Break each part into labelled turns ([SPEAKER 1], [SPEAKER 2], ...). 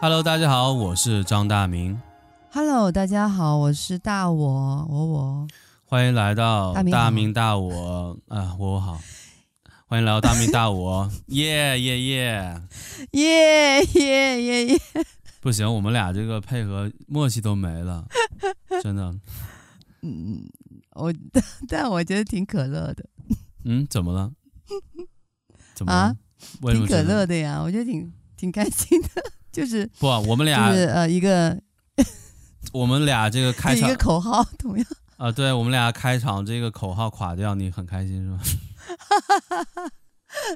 [SPEAKER 1] Hello，大家好，我是张大明，
[SPEAKER 2] Hello，大家好，我是大我我我，
[SPEAKER 1] 欢迎来到
[SPEAKER 2] 大明好
[SPEAKER 1] 大明大我啊、我我好，欢迎来到大明大我， 耶耶耶！
[SPEAKER 2] 耶耶耶耶！
[SPEAKER 1] 不行，我们俩这个配合默契都没了，真的。
[SPEAKER 2] 嗯，我 但我觉得挺可乐的
[SPEAKER 1] 嗯，怎么了？怎么了？
[SPEAKER 2] 啊
[SPEAKER 1] 为什
[SPEAKER 2] 挺
[SPEAKER 1] 么觉得
[SPEAKER 2] 可乐的呀，我觉得挺挺开心的， 就是
[SPEAKER 1] 不，啊我们
[SPEAKER 2] 就
[SPEAKER 1] 俩、
[SPEAKER 2] 是呃一个
[SPEAKER 1] 我们俩这个开
[SPEAKER 2] 一
[SPEAKER 1] 场
[SPEAKER 2] 个口号，同样
[SPEAKER 1] 啊、对我们俩开场这个口号垮掉，你很开心是 吧？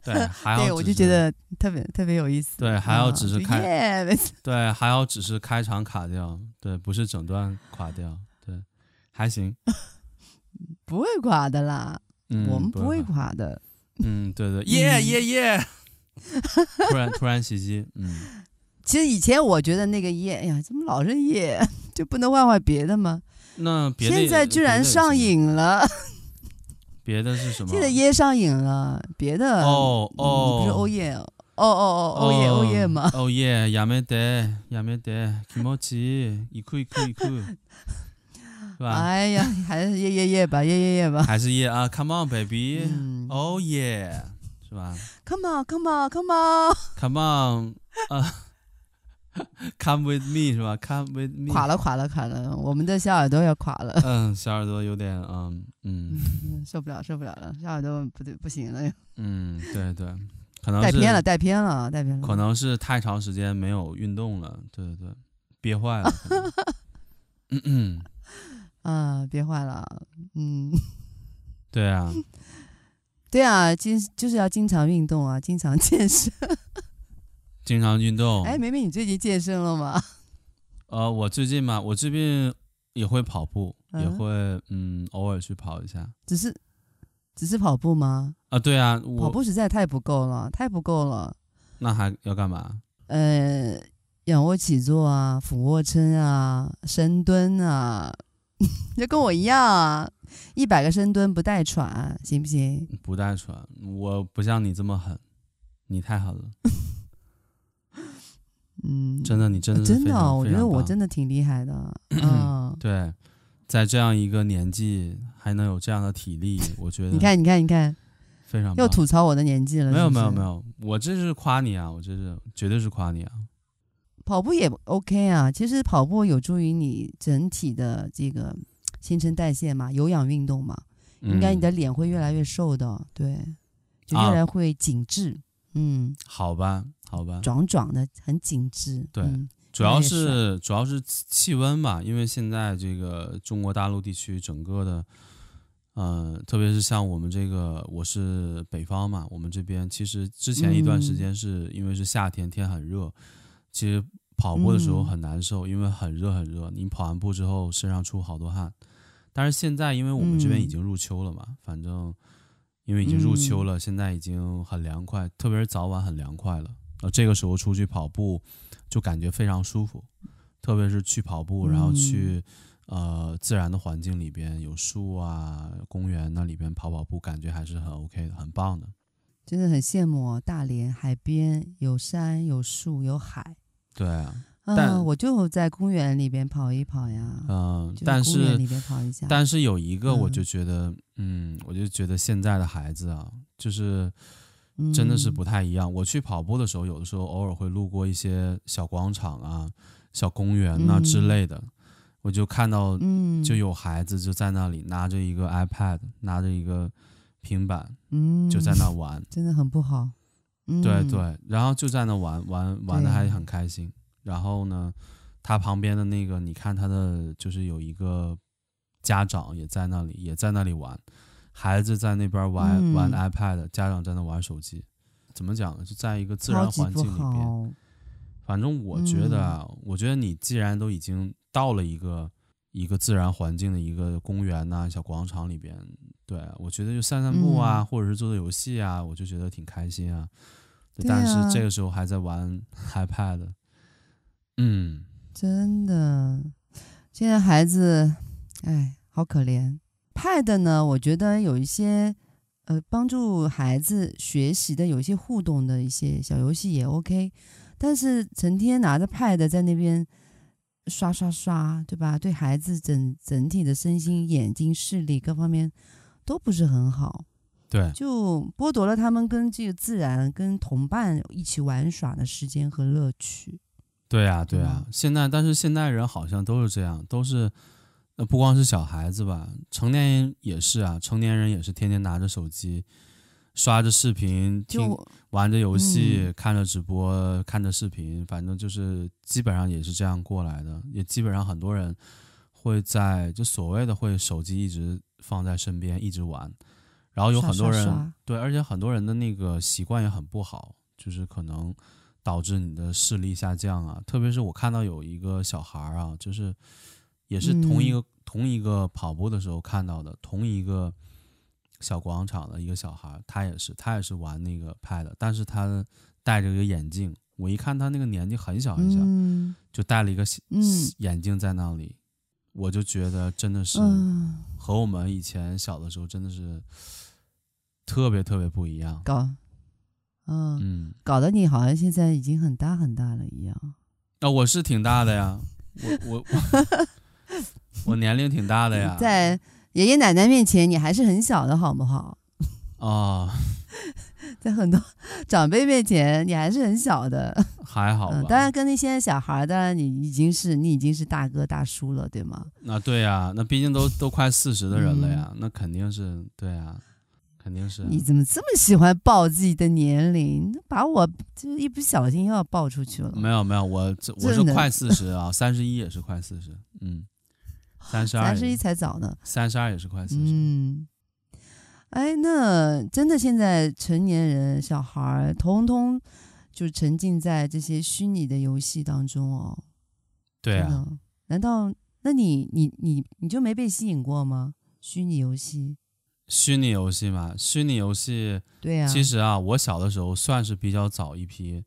[SPEAKER 1] 对， 还好只
[SPEAKER 2] 对
[SPEAKER 1] 是，
[SPEAKER 2] 我就觉得特别特别有意思。
[SPEAKER 1] 对还好只是
[SPEAKER 2] 啊就
[SPEAKER 1] 开
[SPEAKER 2] 耶，没错
[SPEAKER 1] 对，还好只是开场卡掉，对，不是整段垮掉，对，还行，
[SPEAKER 2] 不会垮的啦，
[SPEAKER 1] 嗯，
[SPEAKER 2] 我们不会
[SPEAKER 1] 垮，
[SPEAKER 2] 垮的。
[SPEAKER 1] 嗯，对对，耶耶耶，突然突然袭击，嗯，
[SPEAKER 2] 其实以前我觉得那个耶，哎呀，怎么老是耶， 就不能换换别的吗？
[SPEAKER 1] 那别的
[SPEAKER 2] 现
[SPEAKER 1] 也
[SPEAKER 2] 在居然上，瘾了。
[SPEAKER 1] 别的也行别的是什么？
[SPEAKER 2] 现在噎上瘾了，别的
[SPEAKER 1] 哦
[SPEAKER 2] 嗯你不是
[SPEAKER 1] 哦
[SPEAKER 2] 欧耶，哦哦哦欧耶欧耶吗？
[SPEAKER 1] 哦耶，やめて、やめて、気持ちいい、いくいくいく，是吧？
[SPEAKER 2] 哎呀，还是耶耶耶吧，耶耶耶吧。
[SPEAKER 1] 还是耶啊，Come on baby，
[SPEAKER 2] 嗯
[SPEAKER 1] 哦耶，是吧？
[SPEAKER 2] ，Come on，Come on，Come on，
[SPEAKER 1] Come on，啊、c o m e with me 是吧？Come with me。
[SPEAKER 2] 垮了垮了垮了，我们的小耳朵要垮了，
[SPEAKER 1] 嗯，小耳朵有点，嗯嗯
[SPEAKER 2] 嗯 受不了受不了了，小耳朵不对不行了，
[SPEAKER 1] 嗯，对对，可能
[SPEAKER 2] 带
[SPEAKER 1] 是
[SPEAKER 2] 偏了带偏了带偏了。
[SPEAKER 1] 可能是太长时间没有运动了，对对对，憋坏了。可能嗯嗯，
[SPEAKER 2] 啊，憋坏了，嗯，
[SPEAKER 1] 对啊，
[SPEAKER 2] 对啊，经就是要经常运动啊，经常健身。
[SPEAKER 1] 经常运动。
[SPEAKER 2] 哎，梅梅，你最近健身了吗？
[SPEAKER 1] 呃，我最近嘛，我最近也会跑步，也
[SPEAKER 2] 嗯
[SPEAKER 1] 会嗯偶尔去跑一下。
[SPEAKER 2] 只是只是跑步吗？
[SPEAKER 1] 啊，对啊，
[SPEAKER 2] 跑
[SPEAKER 1] 我
[SPEAKER 2] 步实在太不够了，太不够了。
[SPEAKER 1] 那还要干嘛？
[SPEAKER 2] 呃，仰卧起坐啊，俯卧撑啊，深蹲啊， 就跟我一样啊，一百个深蹲不带喘，行不行？
[SPEAKER 1] 不带喘，我不像你这么狠，你太狠了，
[SPEAKER 2] 嗯，
[SPEAKER 1] 真的，你真的
[SPEAKER 2] 呃
[SPEAKER 1] 是
[SPEAKER 2] 真
[SPEAKER 1] 非
[SPEAKER 2] 的
[SPEAKER 1] 常
[SPEAKER 2] 啊、我觉得我真
[SPEAKER 1] 的
[SPEAKER 2] 的挺厉害的， 嗯。
[SPEAKER 1] 对，在这样一个年纪还能有这样的体力，我觉得
[SPEAKER 2] 你看，你看，你看，
[SPEAKER 1] 非常棒
[SPEAKER 2] 又吐槽我的年纪了。
[SPEAKER 1] 没有
[SPEAKER 2] 是不
[SPEAKER 1] 没
[SPEAKER 2] 是
[SPEAKER 1] 有没，有，我这是夸你啊，我这是绝对是夸你啊，
[SPEAKER 2] 跑步也 OK 啊。其实跑步有助于你整体的这个新陈代谢嘛，有氧运动嘛，应该你的
[SPEAKER 1] 嗯、
[SPEAKER 2] 脸会越来越瘦的，对，就
[SPEAKER 1] 啊
[SPEAKER 2] 越来会紧致。嗯，
[SPEAKER 1] 好吧好吧，
[SPEAKER 2] 壮壮的，很紧致。
[SPEAKER 1] 对
[SPEAKER 2] 嗯
[SPEAKER 1] 主要
[SPEAKER 2] 越来越
[SPEAKER 1] 是主要是气气温吧，因为现在这个中国大陆地区整个的，呃，特别是像我们这个我是北方嘛，我们这边其实之前一
[SPEAKER 2] 嗯
[SPEAKER 1] 段时间是、因为是夏天天很热，其实跑步的时候
[SPEAKER 2] 嗯
[SPEAKER 1] 很难受，因为很热很热，你跑完步之后身上出好多汗。但是现在因为我们这边已
[SPEAKER 2] 嗯
[SPEAKER 1] 经入秋了嘛，反正因为已经入秋了，现在已经很凉快，特别是早晚很凉快了。呃，这个时候出去跑步就感觉非常舒服，特别是去跑步，然后
[SPEAKER 2] 嗯
[SPEAKER 1] 去、呃自然的环境里边有树啊、公园那里边跑跑步，感觉还是很 OK 的，很棒的。
[SPEAKER 2] 真的很羡慕哦大连海边有山有树有海。
[SPEAKER 1] 对啊，
[SPEAKER 2] 啊，
[SPEAKER 1] 但
[SPEAKER 2] 我就在公园里边跑一跑呀，
[SPEAKER 1] 嗯、
[SPEAKER 2] 就
[SPEAKER 1] 但
[SPEAKER 2] 公园
[SPEAKER 1] 是
[SPEAKER 2] 里边跑一下。
[SPEAKER 1] 但是有一个，我
[SPEAKER 2] 嗯
[SPEAKER 1] 就觉得，嗯我就觉得现在的孩子啊，就是真的是
[SPEAKER 2] 嗯
[SPEAKER 1] 不太一样。我去跑步的时候，有的时候偶尔会路过一些小广场啊、小公园呐、
[SPEAKER 2] 嗯
[SPEAKER 1] 之类的，我就看到
[SPEAKER 2] 嗯，
[SPEAKER 1] 就有孩子就在那里拿着一个 iPad，拿着一个平板，
[SPEAKER 2] 嗯，
[SPEAKER 1] 就在那玩。
[SPEAKER 2] 真的很不好。嗯，
[SPEAKER 1] 对对，然后就在那玩玩玩的还很开心。然后呢，他旁边的那个，你看他的就是有一个家长也在那里，也在那里玩，孩子在那边玩、
[SPEAKER 2] 嗯
[SPEAKER 1] 玩 iPad，家长在那玩手机。怎么讲呢？就在一个自
[SPEAKER 2] 超
[SPEAKER 1] 然
[SPEAKER 2] 级
[SPEAKER 1] 环
[SPEAKER 2] 不
[SPEAKER 1] 境里边。
[SPEAKER 2] 好。
[SPEAKER 1] 反正我觉得啊，
[SPEAKER 2] 嗯
[SPEAKER 1] 我觉得你既然都已经到了一个一个自然环境的一个公园呐、小广场里边，对我觉得就散散步啊，
[SPEAKER 2] 嗯
[SPEAKER 1] 或者是做做游戏啊，我就觉得挺开心啊。
[SPEAKER 2] 对
[SPEAKER 1] 但
[SPEAKER 2] 啊
[SPEAKER 1] 是这个时候还在玩 iPad，嗯，
[SPEAKER 2] 真的，现在孩子，哎，好可怜。Pad 呢，我觉得有一些呃帮助孩子学习的、有一些互动的一些小游戏也 OK，但是成天拿着 pad 在那边刷刷刷，对吧？对孩子整整体的身心、眼睛、视力各方面都不是很好，
[SPEAKER 1] 对，
[SPEAKER 2] 就剥夺了他们跟这个自然、跟同伴一起玩耍的时间和乐趣。
[SPEAKER 1] 对呀、对呀、啊
[SPEAKER 2] 对吧
[SPEAKER 1] 现在，但是现代人好像都是这样，都是，呃，不光是小孩子吧，成年人也是啊，成年人也是天天拿着手机，刷着视频，听
[SPEAKER 2] 就
[SPEAKER 1] 玩着游戏、
[SPEAKER 2] 嗯
[SPEAKER 1] 看着直播、看着视频，反正就是基本上也是这样过来的，也基本上很多人会在就所谓的会手机一直放在身边一直玩，然后有
[SPEAKER 2] 刷
[SPEAKER 1] 很多
[SPEAKER 2] 刷
[SPEAKER 1] 人
[SPEAKER 2] 刷
[SPEAKER 1] 对，而且很多人的那个习惯也很不好，就是可能导致你的视力下降啊。特别是我看到有一个小孩儿啊，就是也是同一
[SPEAKER 2] 嗯
[SPEAKER 1] 个、同一个跑步的时候看到的，同一个小广场的一个小孩儿，他也是他也是玩那个 pad，但是他戴着一个眼镜，我一看他那个年纪很小很小，
[SPEAKER 2] 嗯
[SPEAKER 1] 就戴了一个西
[SPEAKER 2] 嗯
[SPEAKER 1] 西眼镜在那里，我就觉得真的是
[SPEAKER 2] 嗯，
[SPEAKER 1] 和我们以前小的时候真的是特别特别不一样。
[SPEAKER 2] 搞，嗯，
[SPEAKER 1] 嗯，
[SPEAKER 2] 搞得你好像现在已经很大很大了一样。
[SPEAKER 1] 那、啊我是挺大的呀，我我我 我年龄挺大的呀，
[SPEAKER 2] 在爷爷奶奶面前，你还是很小的，好不好？
[SPEAKER 1] 啊、
[SPEAKER 2] 在很多长辈面前，你还是很小的。
[SPEAKER 1] 还好吧？
[SPEAKER 2] 嗯，当然跟那些小孩儿，当然你已经是你已经是大哥大叔了，对吗？
[SPEAKER 1] 那啊对呀、那毕 竟都都快四十的人了呀，那肯定是对呀、肯定是啊。
[SPEAKER 2] 嗯你怎么这么喜欢报自己的年龄？把我就一不小心又要报出去了。
[SPEAKER 1] 没有没有，我这我是
[SPEAKER 2] 真的
[SPEAKER 1] 快四十啊，三十一也是快四十， 嗯，三十二
[SPEAKER 2] 三，十一才早呢。
[SPEAKER 1] 三十二也是快四十，
[SPEAKER 2] 嗯，哎，那真的现在成年人、小孩儿，通通就沉浸在这些虚拟的游戏当中哦。
[SPEAKER 1] 对
[SPEAKER 2] 真
[SPEAKER 1] 啊，
[SPEAKER 2] 的，难道那你你你你就没被吸引过吗？虚拟游戏，
[SPEAKER 1] 虚拟游戏嘛，虚拟游戏
[SPEAKER 2] 对呀、
[SPEAKER 1] 其实啊，我小的时候算是比较早一批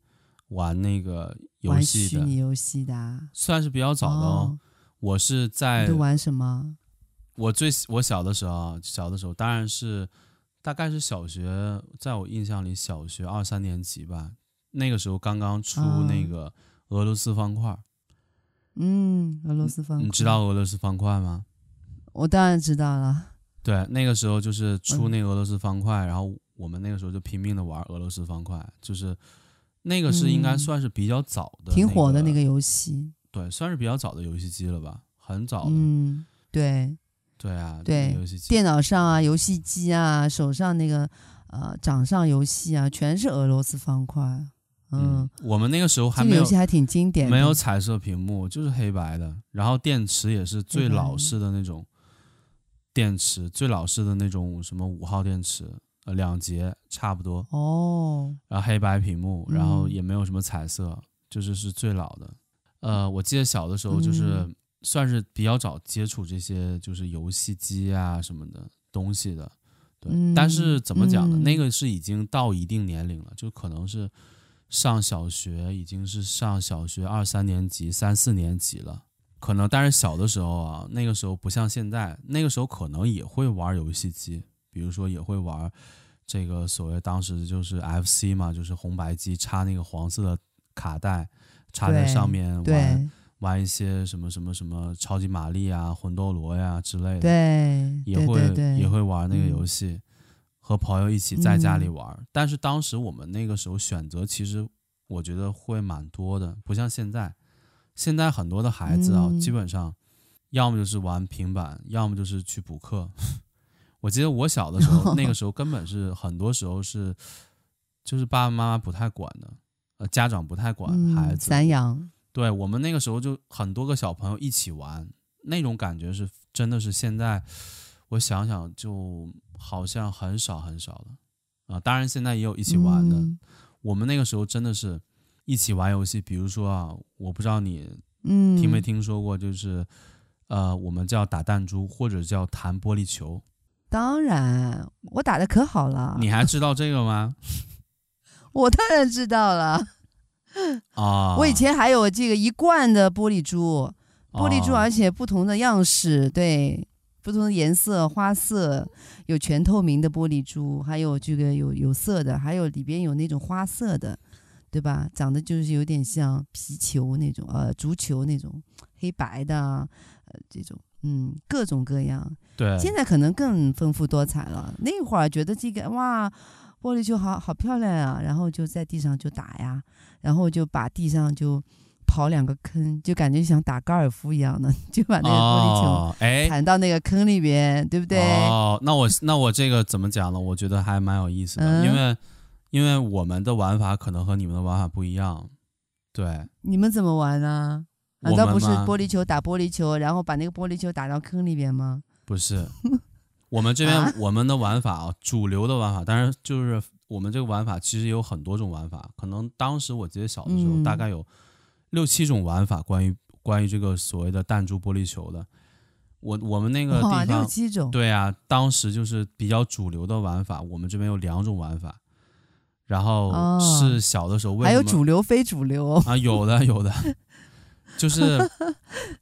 [SPEAKER 1] 玩那个游
[SPEAKER 2] 玩
[SPEAKER 1] 戏
[SPEAKER 2] 虚
[SPEAKER 1] 的，
[SPEAKER 2] 拟游戏的、啊，
[SPEAKER 1] 算是比较早的哦。哎
[SPEAKER 2] 哦。
[SPEAKER 1] 我是
[SPEAKER 2] 你
[SPEAKER 1] 在
[SPEAKER 2] 都玩什么？
[SPEAKER 1] 我最我小的时候啊，小的时候当然是大概是小学，在我印象里小学二三年级吧，那个时候刚刚出
[SPEAKER 2] 啊
[SPEAKER 1] 那个俄罗斯方块，
[SPEAKER 2] 嗯，俄罗斯方块，
[SPEAKER 1] 你知？道俄罗斯方块吗？
[SPEAKER 2] 我当然知道了。
[SPEAKER 1] 对，那个时候就是出
[SPEAKER 2] 嗯
[SPEAKER 1] 那个俄罗斯方块，然后我们那个时候就拼命的玩俄罗斯方块，就是那个是应该
[SPEAKER 2] 嗯
[SPEAKER 1] 算是比较早的、
[SPEAKER 2] 挺火的那个，游戏，
[SPEAKER 1] 对，算是比较早的游戏机了吧，很早的，
[SPEAKER 2] 嗯，对，
[SPEAKER 1] 对啊，
[SPEAKER 2] 对
[SPEAKER 1] 那个游戏机，
[SPEAKER 2] 电脑上啊，游戏机啊，手上那个呃掌上游戏啊，全是俄罗斯方块。嗯，，
[SPEAKER 1] 我们那个时候还
[SPEAKER 2] 这个
[SPEAKER 1] 没有
[SPEAKER 2] 游戏还挺经典的。
[SPEAKER 1] 没有彩色屏幕，就是黑白的，然后电池也是最
[SPEAKER 2] 黑白
[SPEAKER 1] 老
[SPEAKER 2] 的
[SPEAKER 1] 式的那种电池，最老式的那种什么五号电池，呃，两节差不多，
[SPEAKER 2] 哦，
[SPEAKER 1] 然后黑白屏幕，然后
[SPEAKER 2] 嗯
[SPEAKER 1] 也没有什么彩色，就是是最老的。呃，我记得小的时候就是
[SPEAKER 2] 嗯
[SPEAKER 1] 算是比较早接触这些就是游戏机啊什么的东西的，对。
[SPEAKER 2] 嗯
[SPEAKER 1] 但是怎么讲呢？
[SPEAKER 2] 嗯
[SPEAKER 1] 那个是已经到一定年龄了，就可能是上小学，已经是上小学二三年级、三四年级了。可能，但是小的时候啊，那个时候不像现在，那个时候可能也会玩游戏机，比如说也会玩这个所谓当时就是 FC 嘛，就是红白机插那个黄色的卡带，插在
[SPEAKER 2] 对
[SPEAKER 1] 上面玩
[SPEAKER 2] 对
[SPEAKER 1] 玩一些什么什么什么超级玛丽啊、魂斗罗呀、之类的，
[SPEAKER 2] 对，
[SPEAKER 1] 也
[SPEAKER 2] 对
[SPEAKER 1] 会
[SPEAKER 2] 对对嗯
[SPEAKER 1] 也会玩那个游戏，和朋友一起在家里玩。但是当时我们那个时候选择，其实我觉得会蛮多的，不像现在，现在很多的孩子啊，
[SPEAKER 2] 嗯
[SPEAKER 1] 基本上要么就是玩平板，要么就是去补课。 我记得我小的时候， 那个时候根本是很多时候是，就是爸爸妈妈不太管的，呃，家长不太管
[SPEAKER 2] 嗯
[SPEAKER 1] 孩子，
[SPEAKER 2] 散养，
[SPEAKER 1] 对我们那个时候就很多个小朋友一起玩，那种感觉是真的是现在，我想想就好像很少很少了啊、当然现在也有一起玩的，
[SPEAKER 2] 嗯
[SPEAKER 1] 我们那个时候真的是一起玩游戏。比如说啊，我不知道你
[SPEAKER 2] 嗯，
[SPEAKER 1] 听没听说过，就是、呃，我们叫打弹珠或者叫弹玻璃球，
[SPEAKER 2] 当然，我打的可好了，
[SPEAKER 1] 你还知道这个吗？
[SPEAKER 2] 我当然知道了。
[SPEAKER 1] 啊，
[SPEAKER 2] 我以前还有这个一罐的玻璃珠，玻璃珠，
[SPEAKER 1] 啊
[SPEAKER 2] 而且不同的样式，对，不同的颜色、花色，有全透明的玻璃珠，还有这个有有色的，还有里边有那种花色的，对吧？长得就是有点像皮球那种，呃，足球那种黑白的啊，呃，这种，嗯，各种各样。
[SPEAKER 1] 对，
[SPEAKER 2] 现在可能更丰富多彩了。那会儿觉得这个哇，玻璃球好好漂亮啊，然后就在地上就打呀，然后就把地上就刨两个坑，就感觉像打高尔夫一样的，就把那个玻璃球
[SPEAKER 1] 哦，哎，
[SPEAKER 2] 弹到那个坑里边，对不对？
[SPEAKER 1] 哦，那我那我这个怎么讲呢？我觉得还蛮有意思的，
[SPEAKER 2] 嗯
[SPEAKER 1] 因为因为我们的玩法可能和你们的玩法不一样。对，
[SPEAKER 2] 你们怎么玩呢、
[SPEAKER 1] 我
[SPEAKER 2] 难道
[SPEAKER 1] 们
[SPEAKER 2] 啊不是
[SPEAKER 1] 吗
[SPEAKER 2] 玻璃球打玻璃球，然后把那个玻璃球打到坑里边吗？
[SPEAKER 1] 不是我们这边、
[SPEAKER 2] 啊
[SPEAKER 1] 我们的玩法啊，主流的玩法，当然就是我们这个玩法其实有很多种玩法。可能当时我记得小的时候，
[SPEAKER 2] 嗯
[SPEAKER 1] 大概有六七种玩法关于关于这个所谓的弹珠玻璃球的。我我们那个
[SPEAKER 2] 哇，
[SPEAKER 1] 地
[SPEAKER 2] 六
[SPEAKER 1] 方
[SPEAKER 2] 七种，
[SPEAKER 1] 对呀、当时就是比较主流的玩法，我们这边有两种玩法，然后
[SPEAKER 2] 哦
[SPEAKER 1] 是小的时候为
[SPEAKER 2] 还有
[SPEAKER 1] 什么
[SPEAKER 2] 主流非主流。
[SPEAKER 1] 啊，有的有的， 就是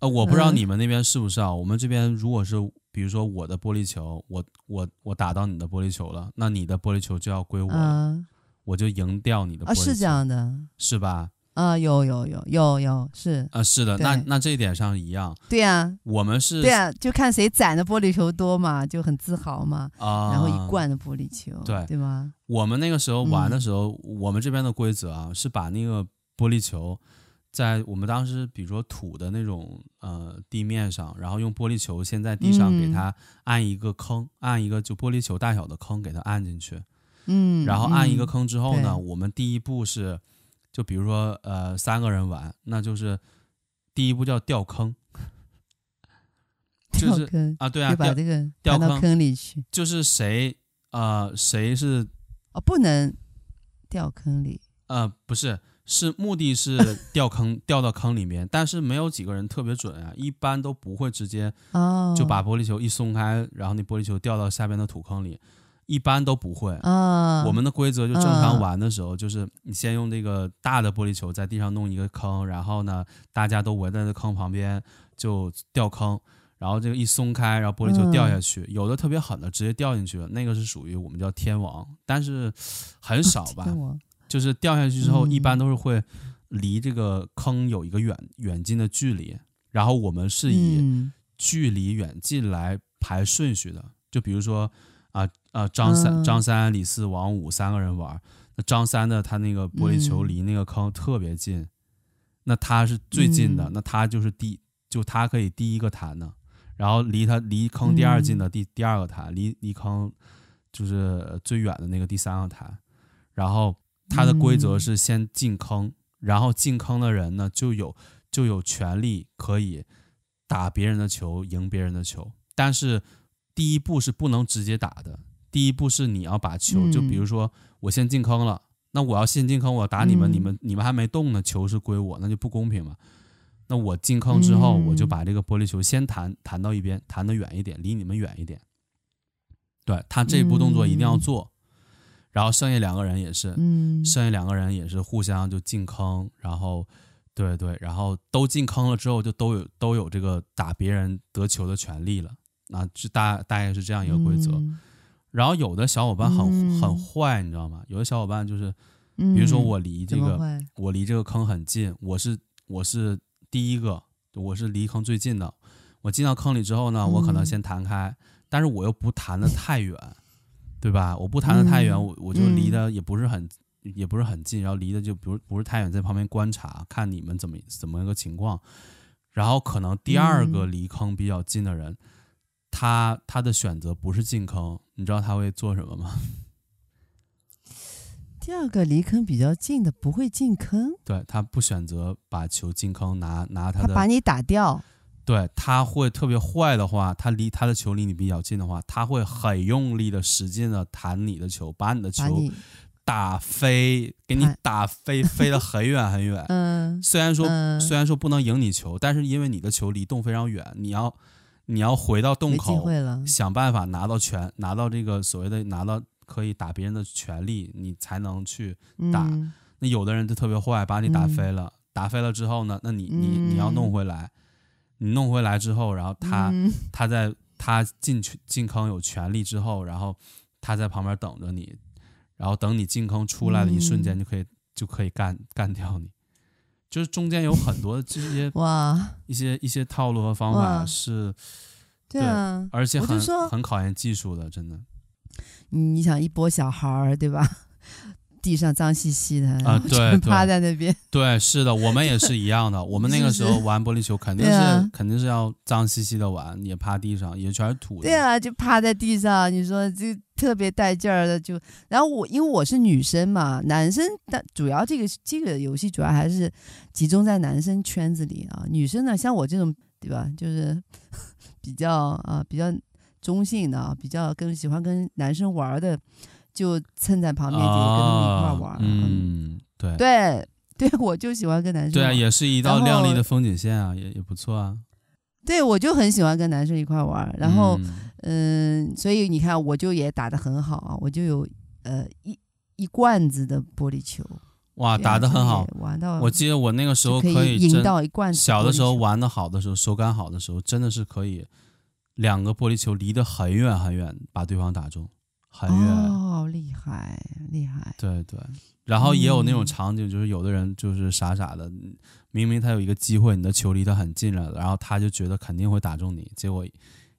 [SPEAKER 1] 呃，我不知道
[SPEAKER 2] 嗯
[SPEAKER 1] 你们那边是不是啊？我们这边如果是比如说我的玻璃球，我我我打到你的玻璃球了，那你的玻璃球就要归我了，
[SPEAKER 2] 啊
[SPEAKER 1] 我就赢掉你的玻
[SPEAKER 2] 啊，
[SPEAKER 1] 璃球，
[SPEAKER 2] 是这样的
[SPEAKER 1] 是吧？
[SPEAKER 2] 啊，有有有有有是，
[SPEAKER 1] 啊，是的，那
[SPEAKER 2] 对
[SPEAKER 1] 那这一点上一样，
[SPEAKER 2] 对啊呀、
[SPEAKER 1] 我们是
[SPEAKER 2] 对呀、就看谁攒的玻璃球多嘛，就很自豪嘛，
[SPEAKER 1] 啊，
[SPEAKER 2] 然后一罐的玻璃球，
[SPEAKER 1] 对
[SPEAKER 2] 对吗？
[SPEAKER 1] 我们那个时候玩
[SPEAKER 2] 嗯
[SPEAKER 1] 的时候，我们这边的规则啊，是把那个玻璃球，在我们当时比如说土的那种呃地面上，然后用玻璃球先在地上
[SPEAKER 2] 嗯
[SPEAKER 1] 给它按一个坑，按一个就玻璃球大小的坑给它按进去，
[SPEAKER 2] 嗯，
[SPEAKER 1] 然后按一
[SPEAKER 2] 嗯
[SPEAKER 1] 个， 坑之后呢，
[SPEAKER 2] 对
[SPEAKER 1] 我们第一步是，就比如说呃三个人玩，那就是第一步叫掉坑， 就
[SPEAKER 2] 跳
[SPEAKER 1] 是
[SPEAKER 2] 坑，
[SPEAKER 1] 啊对啊
[SPEAKER 2] 就把
[SPEAKER 1] 掉
[SPEAKER 2] 这个
[SPEAKER 1] 掉
[SPEAKER 2] 弹到
[SPEAKER 1] 坑
[SPEAKER 2] 坑里去，
[SPEAKER 1] 就是谁呃谁是
[SPEAKER 2] 哦，不能掉坑里，
[SPEAKER 1] 呃，不是，是目的是掉坑， 掉到坑里面，但是没有几个人特别准啊，一般都不会直接
[SPEAKER 2] 哦，
[SPEAKER 1] 就把玻璃球一松开，然后那玻璃球掉到下边的土坑里，一般都不会。
[SPEAKER 2] 啊，
[SPEAKER 1] 我们的规则就正常
[SPEAKER 2] 嗯
[SPEAKER 1] 玩的时候，就是你先用这个大的玻璃球在地上弄一个坑，然后呢，大家都围在这坑旁边就掉坑，然后这个一松开，然后玻璃
[SPEAKER 2] 嗯
[SPEAKER 1] 球掉下去，有的特别狠的直接掉进去了，那个是属于我们叫天王，但是很少吧，
[SPEAKER 2] 天王
[SPEAKER 1] 就是掉下去之后，
[SPEAKER 2] 嗯
[SPEAKER 1] 一般都是会离这个坑有一个远远近的距离，然后我们是以
[SPEAKER 2] 嗯
[SPEAKER 1] 距离远近来排顺序的。就比如说啊啊，张三、
[SPEAKER 2] 嗯
[SPEAKER 1] 张三、李四、王五三个人玩，那张三的他那个玻璃球
[SPEAKER 2] 嗯
[SPEAKER 1] 离那个坑特别近，那他是最近的，
[SPEAKER 2] 嗯
[SPEAKER 1] 那他就是第就他可以第一个弹的，然后离他离坑第二近
[SPEAKER 2] 嗯
[SPEAKER 1] 的第、第二个弹，离离坑就是呃最远的那个第三个弹，然后它的规则
[SPEAKER 2] 嗯
[SPEAKER 1] 是先进坑，然后进坑的人呢就有就有权利可以打别人的球，赢别人的球，但是第一步是不能直接打的，第一步是你要把球，就比如
[SPEAKER 2] 嗯
[SPEAKER 1] 说我先进坑了。那我要先进坑，我要打你们，
[SPEAKER 2] 嗯
[SPEAKER 1] 你们你们还没动呢，球是归我，那就不公平嘛。那我进坑之后，
[SPEAKER 2] 嗯
[SPEAKER 1] 我就把这个玻璃球先弹弹到一边，弹得远一点，离你们远一点。对他这一步动作一定要
[SPEAKER 2] 嗯
[SPEAKER 1] 做，然后剩下两个人也是，
[SPEAKER 2] 嗯，
[SPEAKER 1] 剩下两个人也是互相就进坑，然后对对，然后都进坑了之后，就都有都有这个打别人得球的权利了。啊，就大大概是这样一个规则。
[SPEAKER 2] 嗯
[SPEAKER 1] 然后有的小伙伴很、很
[SPEAKER 2] 嗯
[SPEAKER 1] 坏，你知道吗？有的小伙伴就是，比如说
[SPEAKER 2] 嗯
[SPEAKER 1] 我离这
[SPEAKER 2] 怎么
[SPEAKER 1] 个
[SPEAKER 2] 会
[SPEAKER 1] 我离这个坑很近，我是我是第一个，我是离坑最近的。我进到坑里之后呢，我可能
[SPEAKER 2] 嗯
[SPEAKER 1] 先弹开，但是我又不弹得太远，对吧？我不弹得太远，
[SPEAKER 2] 嗯
[SPEAKER 1] 我我就离得也不是很、也不是很近，然后离得就不是不是太远，在旁边观察看你们怎么怎么一个情况。然后可能第二个
[SPEAKER 2] 嗯
[SPEAKER 1] 离坑比较近的人，他他的选择不是进坑，你知道他会做什么吗？
[SPEAKER 2] 第二个离坑比较近的不会进坑，
[SPEAKER 1] 对他不选择把球进坑拿拿他
[SPEAKER 2] 他
[SPEAKER 1] 的
[SPEAKER 2] 把你打掉。
[SPEAKER 1] 对，他会特别坏的话，他离他的球离你比较近的话，他会很用力的、使劲的弹你的球，把你的
[SPEAKER 2] 把
[SPEAKER 1] 球
[SPEAKER 2] 你，
[SPEAKER 1] 打飞，给你
[SPEAKER 2] 弹
[SPEAKER 1] 打飞，飞得很远很远。
[SPEAKER 2] 嗯
[SPEAKER 1] 虽然说
[SPEAKER 2] 嗯，
[SPEAKER 1] 虽然说不能赢你球，但是因为你的球离洞非常远，你要你要回到洞
[SPEAKER 2] 没机
[SPEAKER 1] 口，
[SPEAKER 2] 会嗯了。
[SPEAKER 1] 想办法拿到权，拿到这个所谓的拿到可以打别人的权利，你才能去打
[SPEAKER 2] 嗯
[SPEAKER 1] 那有的人就特别坏，把你打
[SPEAKER 2] 嗯
[SPEAKER 1] 飞了，打飞了之后呢，那你你你要弄
[SPEAKER 2] 嗯
[SPEAKER 1] 回来，你弄回来之后，然后他、
[SPEAKER 2] 嗯
[SPEAKER 1] 他在他进去进坑有权利之后，然后他在旁边等着你，然后等你进坑出来的一瞬间
[SPEAKER 2] 嗯
[SPEAKER 1] 就可以、就就可以干干掉你。就是中间有很多这些
[SPEAKER 2] 哇，
[SPEAKER 1] 一些一些套路和方法
[SPEAKER 2] 哇
[SPEAKER 1] 是，
[SPEAKER 2] 对啊，
[SPEAKER 1] 而且
[SPEAKER 2] 我就
[SPEAKER 1] 很
[SPEAKER 2] 说
[SPEAKER 1] 很考验技术的，真的。
[SPEAKER 2] 你你想一波小孩儿对吧？ 地上脏兮兮的，然
[SPEAKER 1] 啊
[SPEAKER 2] 后
[SPEAKER 1] 对
[SPEAKER 2] 全
[SPEAKER 1] 对
[SPEAKER 2] 趴在那边，
[SPEAKER 1] 对，是的，我们也是一样 的。我们那个时
[SPEAKER 2] 是
[SPEAKER 1] 候
[SPEAKER 2] 不
[SPEAKER 1] 玩玻璃球，肯定是、
[SPEAKER 2] 对啊
[SPEAKER 1] 肯定是要脏兮兮的玩，也趴地上，也全是土的。
[SPEAKER 2] 对啊，就趴在地上，你说这特别带劲儿的就，然后我因为我是女生嘛，男生但主要这个这个游戏主要还是集中在男生圈子里啊，女生呢像我这种对吧，就是比较啊、比较中性的啊，比较跟喜欢跟男生玩儿的，就蹭在旁边就跟他们一块儿玩儿
[SPEAKER 1] 啊，嗯，对，
[SPEAKER 2] 对 对，我就喜欢跟男生
[SPEAKER 1] 对啊，
[SPEAKER 2] 玩儿
[SPEAKER 1] 也是一道
[SPEAKER 2] 然
[SPEAKER 1] 亮丽
[SPEAKER 2] 后
[SPEAKER 1] 的风景线啊，也也不错啊。
[SPEAKER 2] 对我就很喜欢跟男生一块儿玩儿，然后。
[SPEAKER 1] 嗯
[SPEAKER 2] 嗯，所以你看，我就也打得很好啊，我就有呃一一罐子的玻璃球，
[SPEAKER 1] 哇，
[SPEAKER 2] 对
[SPEAKER 1] 打
[SPEAKER 2] 啊
[SPEAKER 1] 得
[SPEAKER 2] 就
[SPEAKER 1] 很好
[SPEAKER 2] 也。玩到
[SPEAKER 1] 我记得我那个时
[SPEAKER 2] 就
[SPEAKER 1] 候
[SPEAKER 2] 可
[SPEAKER 1] 以
[SPEAKER 2] 赢
[SPEAKER 1] 真
[SPEAKER 2] 到一罐子玻璃球。
[SPEAKER 1] 小的时候玩的好的时候，手感好的时候，真的是可以两个玻璃球离得很远很远，把对方打中，很远。
[SPEAKER 2] 哦，厉害厉害，
[SPEAKER 1] 对对，然后也有那种
[SPEAKER 2] 嗯
[SPEAKER 1] 场景，就是有的人就是傻傻的，明明他有一个机会，你的球离他很近了，然后他就觉得肯定会打中你，结果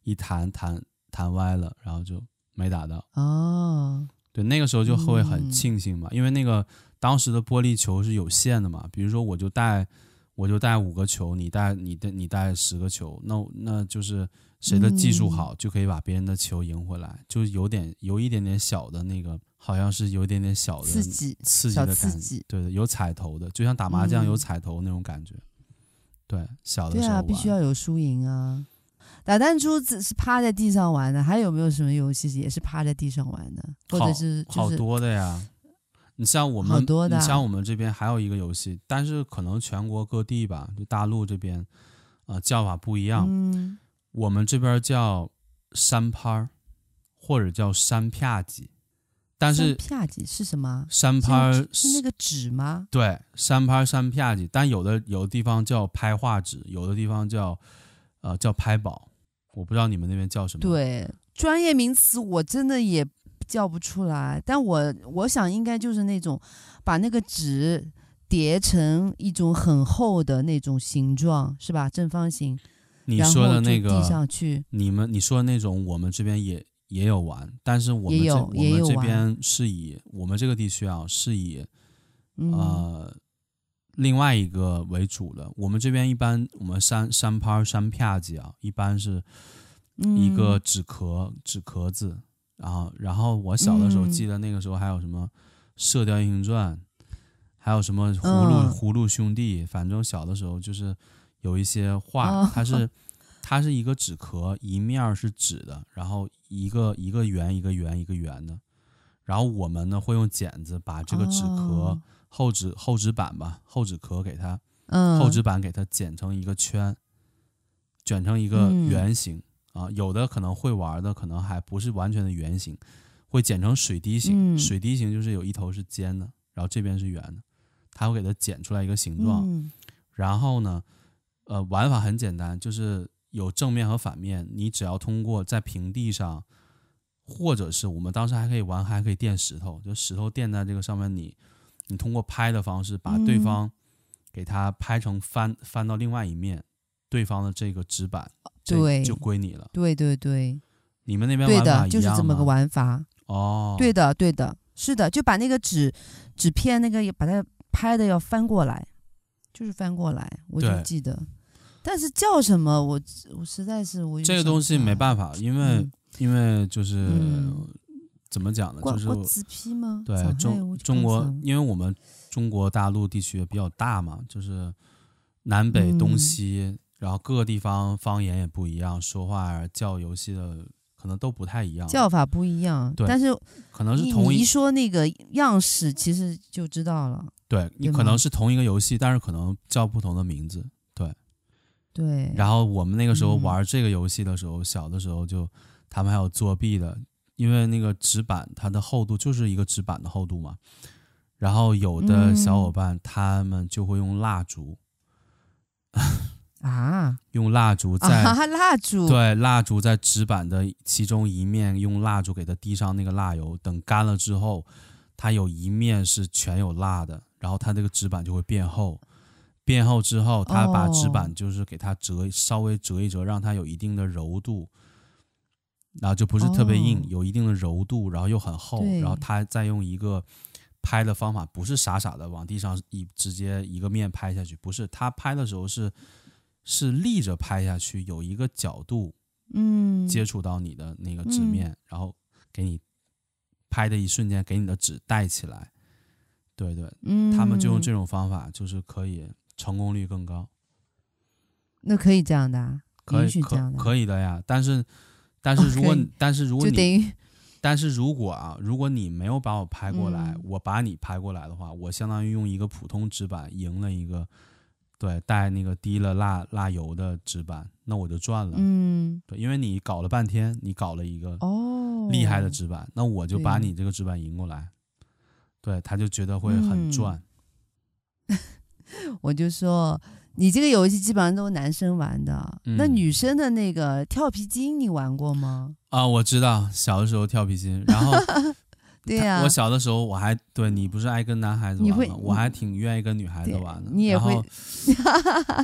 [SPEAKER 1] 一弹弹弹歪了，然后就没打到。
[SPEAKER 2] 哦，
[SPEAKER 1] 对，那个时候就会很
[SPEAKER 2] 嗯
[SPEAKER 1] 庆幸嘛，因为那个当时的玻璃球是有限的嘛，比如说我就带我就带五个球，你带你带你带十个球，那那就是谁的技术
[SPEAKER 2] 嗯
[SPEAKER 1] 好就可以把别人的球赢回来，就有点有一点点小的那个，好像是有一点点小的
[SPEAKER 2] 刺激，
[SPEAKER 1] 刺激
[SPEAKER 2] 小
[SPEAKER 1] 的感觉
[SPEAKER 2] 刺激，
[SPEAKER 1] 对对，有彩头的，就像打麻将
[SPEAKER 2] 嗯
[SPEAKER 1] 有彩头那种感觉。对，小的
[SPEAKER 2] 对
[SPEAKER 1] 时候
[SPEAKER 2] 啊，
[SPEAKER 1] 玩
[SPEAKER 2] 必须要有输赢啊。打弹珠只是趴在地上玩的，还有没有什么游戏也是趴在地上玩的，或
[SPEAKER 1] 好
[SPEAKER 2] 者是就
[SPEAKER 1] 好
[SPEAKER 2] 是
[SPEAKER 1] 多的呀。你像我们，
[SPEAKER 2] 好多的啊
[SPEAKER 1] 你像我们这边还有一个游戏，但是可能全国各地吧，就大陆这边，啊、叫法不一样。
[SPEAKER 2] 嗯
[SPEAKER 1] 我们这边叫山拍儿，或者叫山啪叽，但是
[SPEAKER 2] 啪叽是什么？
[SPEAKER 1] 山
[SPEAKER 2] 是
[SPEAKER 1] 拍儿
[SPEAKER 2] 那是那个纸吗？
[SPEAKER 1] 对，山拍山啪叽，但有的有的地方叫拍画纸，有的地方叫呃叫拍宝，我不知道你们那边叫什么。，
[SPEAKER 2] 对，专业名词我真的也叫不出来，但我我想应该就是那种把那个纸叠成一种很厚的那种形状，是吧？正方形，
[SPEAKER 1] 你
[SPEAKER 2] 然后
[SPEAKER 1] 说的那
[SPEAKER 2] 就地
[SPEAKER 1] 个，
[SPEAKER 2] 上去，
[SPEAKER 1] 你们你说的那种，我们这边也也有玩，但是我们
[SPEAKER 2] 也
[SPEAKER 1] 这
[SPEAKER 2] 有
[SPEAKER 1] 我
[SPEAKER 2] 也
[SPEAKER 1] 们
[SPEAKER 2] 有
[SPEAKER 1] 这
[SPEAKER 2] 玩
[SPEAKER 1] 边是以我们这个地区啊是以
[SPEAKER 2] 嗯，
[SPEAKER 1] 呃另外一个为主的。我们这边一般我们山山拍山啪叽啊，一般是一个
[SPEAKER 2] 嗯
[SPEAKER 1] 纸壳纸壳子，然后然后我小的时候
[SPEAKER 2] 嗯
[SPEAKER 1] 记得那个时候还有什么《射雕英雄传》，还有什么《葫芦、
[SPEAKER 2] 嗯
[SPEAKER 1] 葫芦兄弟》，反正小的时候就是有一些画，
[SPEAKER 2] 哦
[SPEAKER 1] 它 是它是一个纸壳，一面儿是纸的，然后一个一个圆一个圆一个圆的，然后我们呢会用剪子把这个纸壳、
[SPEAKER 2] 哦
[SPEAKER 1] 厚纸厚纸板吧，厚纸壳给它
[SPEAKER 2] 嗯
[SPEAKER 1] 厚纸板给它剪成一个圈，卷成一个
[SPEAKER 2] 嗯
[SPEAKER 1] 圆形、啊。有的可能会玩的，可能还不是完全的圆形，会剪成水滴形。
[SPEAKER 2] 嗯
[SPEAKER 1] 水滴形就是有一头是尖的，然后这边是圆的，它会给它剪出来一个形状。
[SPEAKER 2] 嗯
[SPEAKER 1] 然后呢，呃，玩法很简单，就是有正面和反面，你只要通过在平地上，或者是我们当时还可以玩，还可以垫石头，就石头垫在这个上面你，你通过拍的方式把对
[SPEAKER 2] 嗯
[SPEAKER 1] 方给它拍成翻翻到另外一面，对方的这个纸板，这
[SPEAKER 2] 对
[SPEAKER 1] 就归你了。
[SPEAKER 2] 对对对，
[SPEAKER 1] 你们那边
[SPEAKER 2] 对
[SPEAKER 1] 玩法
[SPEAKER 2] 的，
[SPEAKER 1] 一
[SPEAKER 2] 就是
[SPEAKER 1] 样啊
[SPEAKER 2] 这么个
[SPEAKER 1] 吗
[SPEAKER 2] 玩法，
[SPEAKER 1] 哦，
[SPEAKER 2] 对的，对的，是的，就把那个纸纸片那个也把它拍的要翻过来，就是翻过来，我就
[SPEAKER 1] 对
[SPEAKER 2] 记得。但是叫什么我我实在是我
[SPEAKER 1] 这个东西没
[SPEAKER 2] 法，
[SPEAKER 1] 办法，因为、
[SPEAKER 2] 嗯
[SPEAKER 1] 因为就是、
[SPEAKER 2] 嗯
[SPEAKER 1] 怎么讲呢，
[SPEAKER 2] 瓜
[SPEAKER 1] 就是
[SPEAKER 2] 瓜子皮吗？哎
[SPEAKER 1] 对
[SPEAKER 2] 上海
[SPEAKER 1] 中
[SPEAKER 2] 话
[SPEAKER 1] 中
[SPEAKER 2] 叫
[SPEAKER 1] 国啊
[SPEAKER 2] 啥，
[SPEAKER 1] 因为我们中国大陆地区也比较大嘛，就是南北东
[SPEAKER 2] 嗯
[SPEAKER 1] 西，然后各个地方方言也不一样，说话啊叫游戏的可能都不太一样，
[SPEAKER 2] 叫法不一样，
[SPEAKER 1] 对
[SPEAKER 2] 但是
[SPEAKER 1] 可能是
[SPEAKER 2] 你
[SPEAKER 1] 同
[SPEAKER 2] 你
[SPEAKER 1] 一
[SPEAKER 2] 一说那个样式，其实就知道了。
[SPEAKER 1] 对你
[SPEAKER 2] 对
[SPEAKER 1] 可能
[SPEAKER 2] 吗
[SPEAKER 1] 是同一个游戏，但是可能叫不同的名字。
[SPEAKER 2] 对，
[SPEAKER 1] 然后我们那个时候
[SPEAKER 2] 嗯
[SPEAKER 1] 玩这个游戏的时候，小的时候就他们还有作弊的，因为那个纸板它的厚度就是一个纸板的厚度嘛。然后有的小伙
[SPEAKER 2] 嗯
[SPEAKER 1] 伴他们就会用蜡烛，
[SPEAKER 2] 啊
[SPEAKER 1] 用蜡烛在、
[SPEAKER 2] 啊，蜡烛，
[SPEAKER 1] 对，蜡烛在纸板的其中一面用蜡烛给它滴上那个蜡油，等干了之后，它有一面是全有蜡的，然后它这个纸板就会变厚，变厚之后，它把
[SPEAKER 2] 哦
[SPEAKER 1] 纸板就是给它折、稍微折一折，让它有一定的柔度，然后就不是特别硬，
[SPEAKER 2] 哦
[SPEAKER 1] 有一定的柔度，然后又很厚，
[SPEAKER 2] 对
[SPEAKER 1] 然后它再用一个拍的方法，不是傻傻的往地上一直接一个面拍下去，不是，它拍的时候是是立着拍下去，有一个角度，
[SPEAKER 2] 嗯，
[SPEAKER 1] 接触到你的那个纸
[SPEAKER 2] 嗯
[SPEAKER 1] 面，然后给你拍的一瞬间给你的纸带起来。对对，
[SPEAKER 2] 嗯，
[SPEAKER 1] 他们就用这种方法，就是可以成功率更高，
[SPEAKER 2] 那可以这样的啊，
[SPEAKER 1] 可
[SPEAKER 2] 允
[SPEAKER 1] 以
[SPEAKER 2] 许这
[SPEAKER 1] 可
[SPEAKER 2] 样的啊，
[SPEAKER 1] 可以的呀。但是但是如果
[SPEAKER 2] 可以
[SPEAKER 1] 你但是如果
[SPEAKER 2] 就等
[SPEAKER 1] 你
[SPEAKER 2] 于
[SPEAKER 1] 但是如果啊，如果你没有把我拍过来，
[SPEAKER 2] 嗯
[SPEAKER 1] 我把你拍过来的话，我相当于用一个普通纸板赢了一个。对，带那个滴了蜡蜡油的纸板，那我就赚了。
[SPEAKER 2] 嗯
[SPEAKER 1] 对，因为你搞了半天，你搞了一个
[SPEAKER 2] 哦，
[SPEAKER 1] 厉害的纸板，那我就把
[SPEAKER 2] 对
[SPEAKER 1] 你这个纸板赢过来，对，他就觉得会很
[SPEAKER 2] 嗯
[SPEAKER 1] 赚。
[SPEAKER 2] 我就说你这个游戏基本上都是男生玩的，那
[SPEAKER 1] 嗯
[SPEAKER 2] 女生的那个跳皮筋你玩过吗？
[SPEAKER 1] 啊，我知道，小的时候跳皮筋，然后
[SPEAKER 2] 对
[SPEAKER 1] 他
[SPEAKER 2] 呀、嗯
[SPEAKER 1] 我小的时候我还对你不是爱跟男孩子
[SPEAKER 2] 你
[SPEAKER 1] 玩
[SPEAKER 2] 会
[SPEAKER 1] 吗？我还挺愿意跟女孩子
[SPEAKER 2] 对
[SPEAKER 1] 玩的。
[SPEAKER 2] 你也
[SPEAKER 1] 然
[SPEAKER 2] 会
[SPEAKER 1] 后，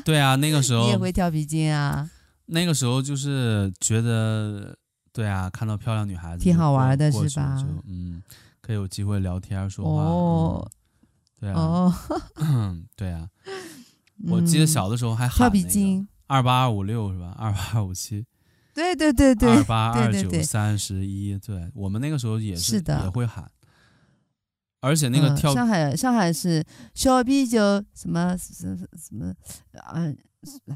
[SPEAKER 1] 对啊，那个时
[SPEAKER 2] 你
[SPEAKER 1] 候
[SPEAKER 2] 也会跳皮筋啊，
[SPEAKER 1] 那个时候就是觉得，对啊，看到漂亮女孩子
[SPEAKER 2] 挺
[SPEAKER 1] 就
[SPEAKER 2] 好
[SPEAKER 1] 过
[SPEAKER 2] 玩的
[SPEAKER 1] 过
[SPEAKER 2] 是
[SPEAKER 1] 去了
[SPEAKER 2] 吧
[SPEAKER 1] 就嗯，可以有机会聊天说话。
[SPEAKER 2] 哦
[SPEAKER 1] 嗯对啊，
[SPEAKER 2] 哦，
[SPEAKER 1] 对啊，我记得
[SPEAKER 2] 嗯
[SPEAKER 1] 小的时候还喊
[SPEAKER 2] 跳皮
[SPEAKER 1] 那个
[SPEAKER 2] 筋，
[SPEAKER 1] 二八二五六是吧？二八二五七，
[SPEAKER 2] 对对对 对，
[SPEAKER 1] 二八二
[SPEAKER 2] 对对
[SPEAKER 1] 九
[SPEAKER 2] 对
[SPEAKER 1] 三十一，对我们那个时候也是
[SPEAKER 2] 是的
[SPEAKER 1] 也会喊，而且那个
[SPEAKER 2] 嗯
[SPEAKER 1] 跳、
[SPEAKER 2] 上海上海是小啤酒什么什么什么，嗯、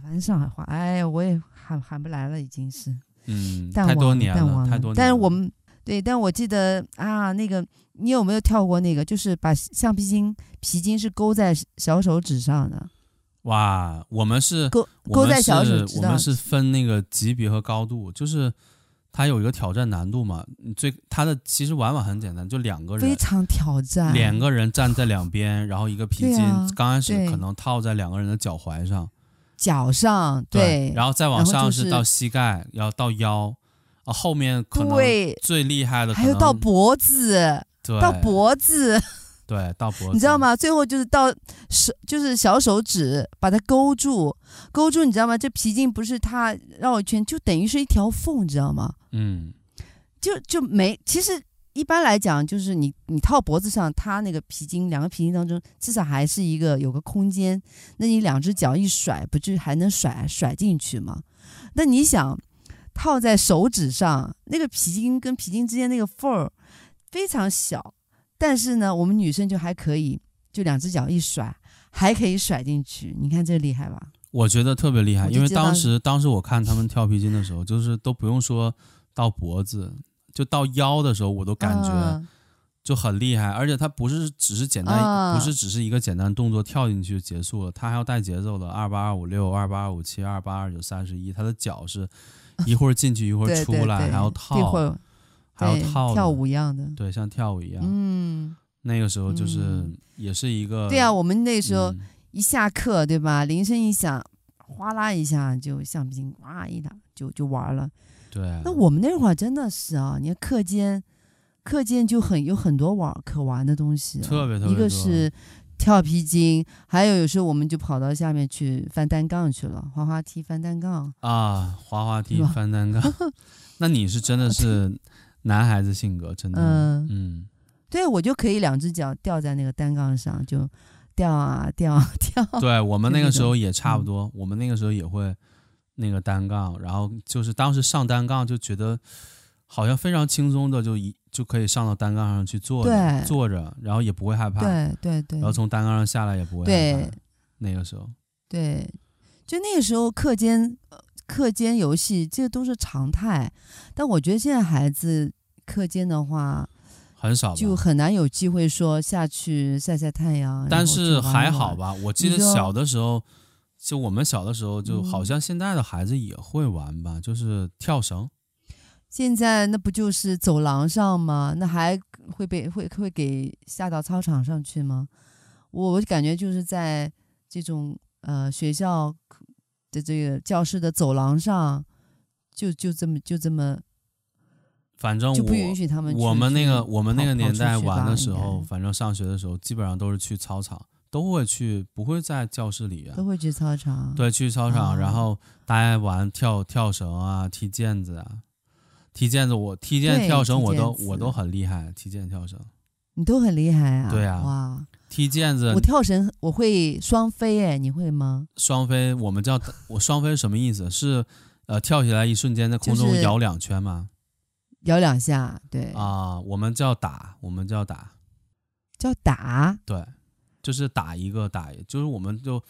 [SPEAKER 2] 反正上海话，哎呀，我也喊喊不来了，已经是
[SPEAKER 1] 嗯
[SPEAKER 2] 淡
[SPEAKER 1] 太
[SPEAKER 2] 忘
[SPEAKER 1] 多
[SPEAKER 2] 了，
[SPEAKER 1] 年
[SPEAKER 2] 淡忘
[SPEAKER 1] 太多年了。
[SPEAKER 2] 但是我们对，但我记得啊，那个你有没有跳过那个？就是把橡皮筋皮筋是勾在小手指上的，
[SPEAKER 1] 哇，我们是
[SPEAKER 2] 勾
[SPEAKER 1] 我
[SPEAKER 2] 勾
[SPEAKER 1] 们
[SPEAKER 2] 在小
[SPEAKER 1] 是
[SPEAKER 2] 手指
[SPEAKER 1] 我
[SPEAKER 2] 上
[SPEAKER 1] 们。是分那个级别和高度，就是它有一个挑战难度嘛。你最它的其实玩法很简单，就两个
[SPEAKER 2] 非
[SPEAKER 1] 人。
[SPEAKER 2] 常挑战，
[SPEAKER 1] 两个人站在两边，然后一个皮
[SPEAKER 2] 对
[SPEAKER 1] 筋，
[SPEAKER 2] 啊
[SPEAKER 1] 刚开始
[SPEAKER 2] 对
[SPEAKER 1] 可能套在两个人的脚踝上，
[SPEAKER 2] 脚上
[SPEAKER 1] 然后再往
[SPEAKER 2] 然后
[SPEAKER 1] 上
[SPEAKER 2] 就是是
[SPEAKER 1] 到膝盖，然后到腰，啊，后面可能
[SPEAKER 2] 对，
[SPEAKER 1] 最厉害的可
[SPEAKER 2] 还
[SPEAKER 1] 能
[SPEAKER 2] 有到脖子，
[SPEAKER 1] 对
[SPEAKER 2] 到脖子，
[SPEAKER 1] 对到脖子，
[SPEAKER 2] 你知道？吗？最后就是到手，就是小手指把它勾住，勾住，你知道吗？这皮筋不是它绕一圈，就等于是一条缝，你知道吗？
[SPEAKER 1] 嗯，
[SPEAKER 2] 就就没，其实一般来讲，就是你你套脖子上，它那个皮筋，两个皮筋当中至少还是一个有个空间，那你两只脚一甩，不就还能甩甩进去吗？那你想套在手指上，那个皮筋跟皮筋之间那个缝儿非常小，但是呢，我们女生就还可以，就两只脚一甩，还可以甩进去，你看这厉害吧？
[SPEAKER 1] 我觉得特别厉害，
[SPEAKER 2] 我就
[SPEAKER 1] 因为
[SPEAKER 2] 知道
[SPEAKER 1] 当时当时我看他们跳皮筋的时候，就是都不用说到脖子，就到腰的时候，我都感觉
[SPEAKER 2] 嗯
[SPEAKER 1] 就很厉害，而且它不是只是简单，
[SPEAKER 2] 啊
[SPEAKER 1] 不是只是一个简单动作跳进去就结束了，它还要带节奏的，二八二五六、二八二五七、二八二九三十一，它的脚是一会儿进去一会儿
[SPEAKER 2] 对
[SPEAKER 1] 出
[SPEAKER 2] 对对，
[SPEAKER 1] 来，还要
[SPEAKER 2] 对
[SPEAKER 1] 套，
[SPEAKER 2] 会
[SPEAKER 1] 还要
[SPEAKER 2] 对
[SPEAKER 1] 套的
[SPEAKER 2] 跳，舞一样的，
[SPEAKER 1] 对，啊像跳舞一样。
[SPEAKER 2] 嗯。
[SPEAKER 1] 那个时候就是、
[SPEAKER 2] 嗯
[SPEAKER 1] 也是一个
[SPEAKER 2] 对啊，我们那时候
[SPEAKER 1] 嗯
[SPEAKER 2] 一下课，对吧？铃声一响，哗啦一下就橡皮筋哇一打就就玩了。
[SPEAKER 1] 对，
[SPEAKER 2] 那我们那会儿真的是啊，你看课间，课间就很有很多玩可玩的东西啊、
[SPEAKER 1] 特别特别
[SPEAKER 2] 一
[SPEAKER 1] 多
[SPEAKER 2] 个是跳皮筋，还有有时候我们就跑到下面去翻单杠去了，滑滑梯、翻单杠。
[SPEAKER 1] 啊，滑滑梯
[SPEAKER 2] 是吧、
[SPEAKER 1] 翻单 杠，那你是真的是男孩子性格，真的，
[SPEAKER 2] 嗯
[SPEAKER 1] 嗯
[SPEAKER 2] 对，我就可以两只脚吊在那个单杠上，就吊啊吊啊 吊。
[SPEAKER 1] 对我们
[SPEAKER 2] 就
[SPEAKER 1] 那个
[SPEAKER 2] 那
[SPEAKER 1] 时候也差不
[SPEAKER 2] 嗯
[SPEAKER 1] 多，我们那个时候也会那个单杠，然后就是当时上单杠就觉得好像非常轻松的就一就可以上到单杠上去坐着
[SPEAKER 2] 对
[SPEAKER 1] 坐着，然后也不会害怕，
[SPEAKER 2] 对对对。
[SPEAKER 1] 然后从单杠上下来也不会害
[SPEAKER 2] 对
[SPEAKER 1] 怕，那个时候，
[SPEAKER 2] 对，就那个时候课间呃课间游戏这都是常态，但我觉得现在孩子课间的话
[SPEAKER 1] 很少吧。
[SPEAKER 2] 就很难有机会说下去晒晒太阳，
[SPEAKER 1] 但
[SPEAKER 2] 然后
[SPEAKER 1] 是
[SPEAKER 2] 去玩
[SPEAKER 1] 还
[SPEAKER 2] 玩
[SPEAKER 1] 好。吧，我记
[SPEAKER 2] 哎你
[SPEAKER 1] 得
[SPEAKER 2] 说
[SPEAKER 1] 小的时候，就我们小的时候，就好
[SPEAKER 2] 嗯
[SPEAKER 1] 像现在的孩子也会玩吧，就是跳绳。
[SPEAKER 2] 现在那不就是走廊上吗？那还会被会会给下到操场上去吗？我我感觉就是在这种呃学校的这个教室的走廊上，就就这么就这么
[SPEAKER 1] 反正
[SPEAKER 2] 就
[SPEAKER 1] 我
[SPEAKER 2] 不允许他们去。
[SPEAKER 1] 我们那个我们那
[SPEAKER 2] 跑
[SPEAKER 1] 个年代玩的时，
[SPEAKER 2] 跑出
[SPEAKER 1] 候，
[SPEAKER 2] 去吧
[SPEAKER 1] 反正上学的时候基本上都是去操场，都会去，不会在教室里
[SPEAKER 2] 应
[SPEAKER 1] 啊
[SPEAKER 2] 该。都会去操场。，
[SPEAKER 1] 对，去操场，
[SPEAKER 2] 哦
[SPEAKER 1] 然后大家玩跳跳绳啊，踢毽子啊，踢毽子我踢毽
[SPEAKER 2] 对
[SPEAKER 1] 跳绳
[SPEAKER 2] 踢
[SPEAKER 1] 我都
[SPEAKER 2] 毽子
[SPEAKER 1] 我都很厉害，踢毽跳绳，
[SPEAKER 2] 你都很厉害啊。
[SPEAKER 1] 对啊
[SPEAKER 2] 哇，
[SPEAKER 1] 踢毽子
[SPEAKER 2] 我跳绳我会双飞，哎，你会吗？
[SPEAKER 1] 双飞，我 们叫我双飞是什么意思？是呃跳起来一瞬间在空
[SPEAKER 2] 就
[SPEAKER 1] 中
[SPEAKER 2] 是
[SPEAKER 1] 摇两圈吗？
[SPEAKER 2] 摇两下，对，
[SPEAKER 1] 啊，我们叫打，我们叫打，
[SPEAKER 2] 叫打，
[SPEAKER 1] 对，就是打一个打，就是我们就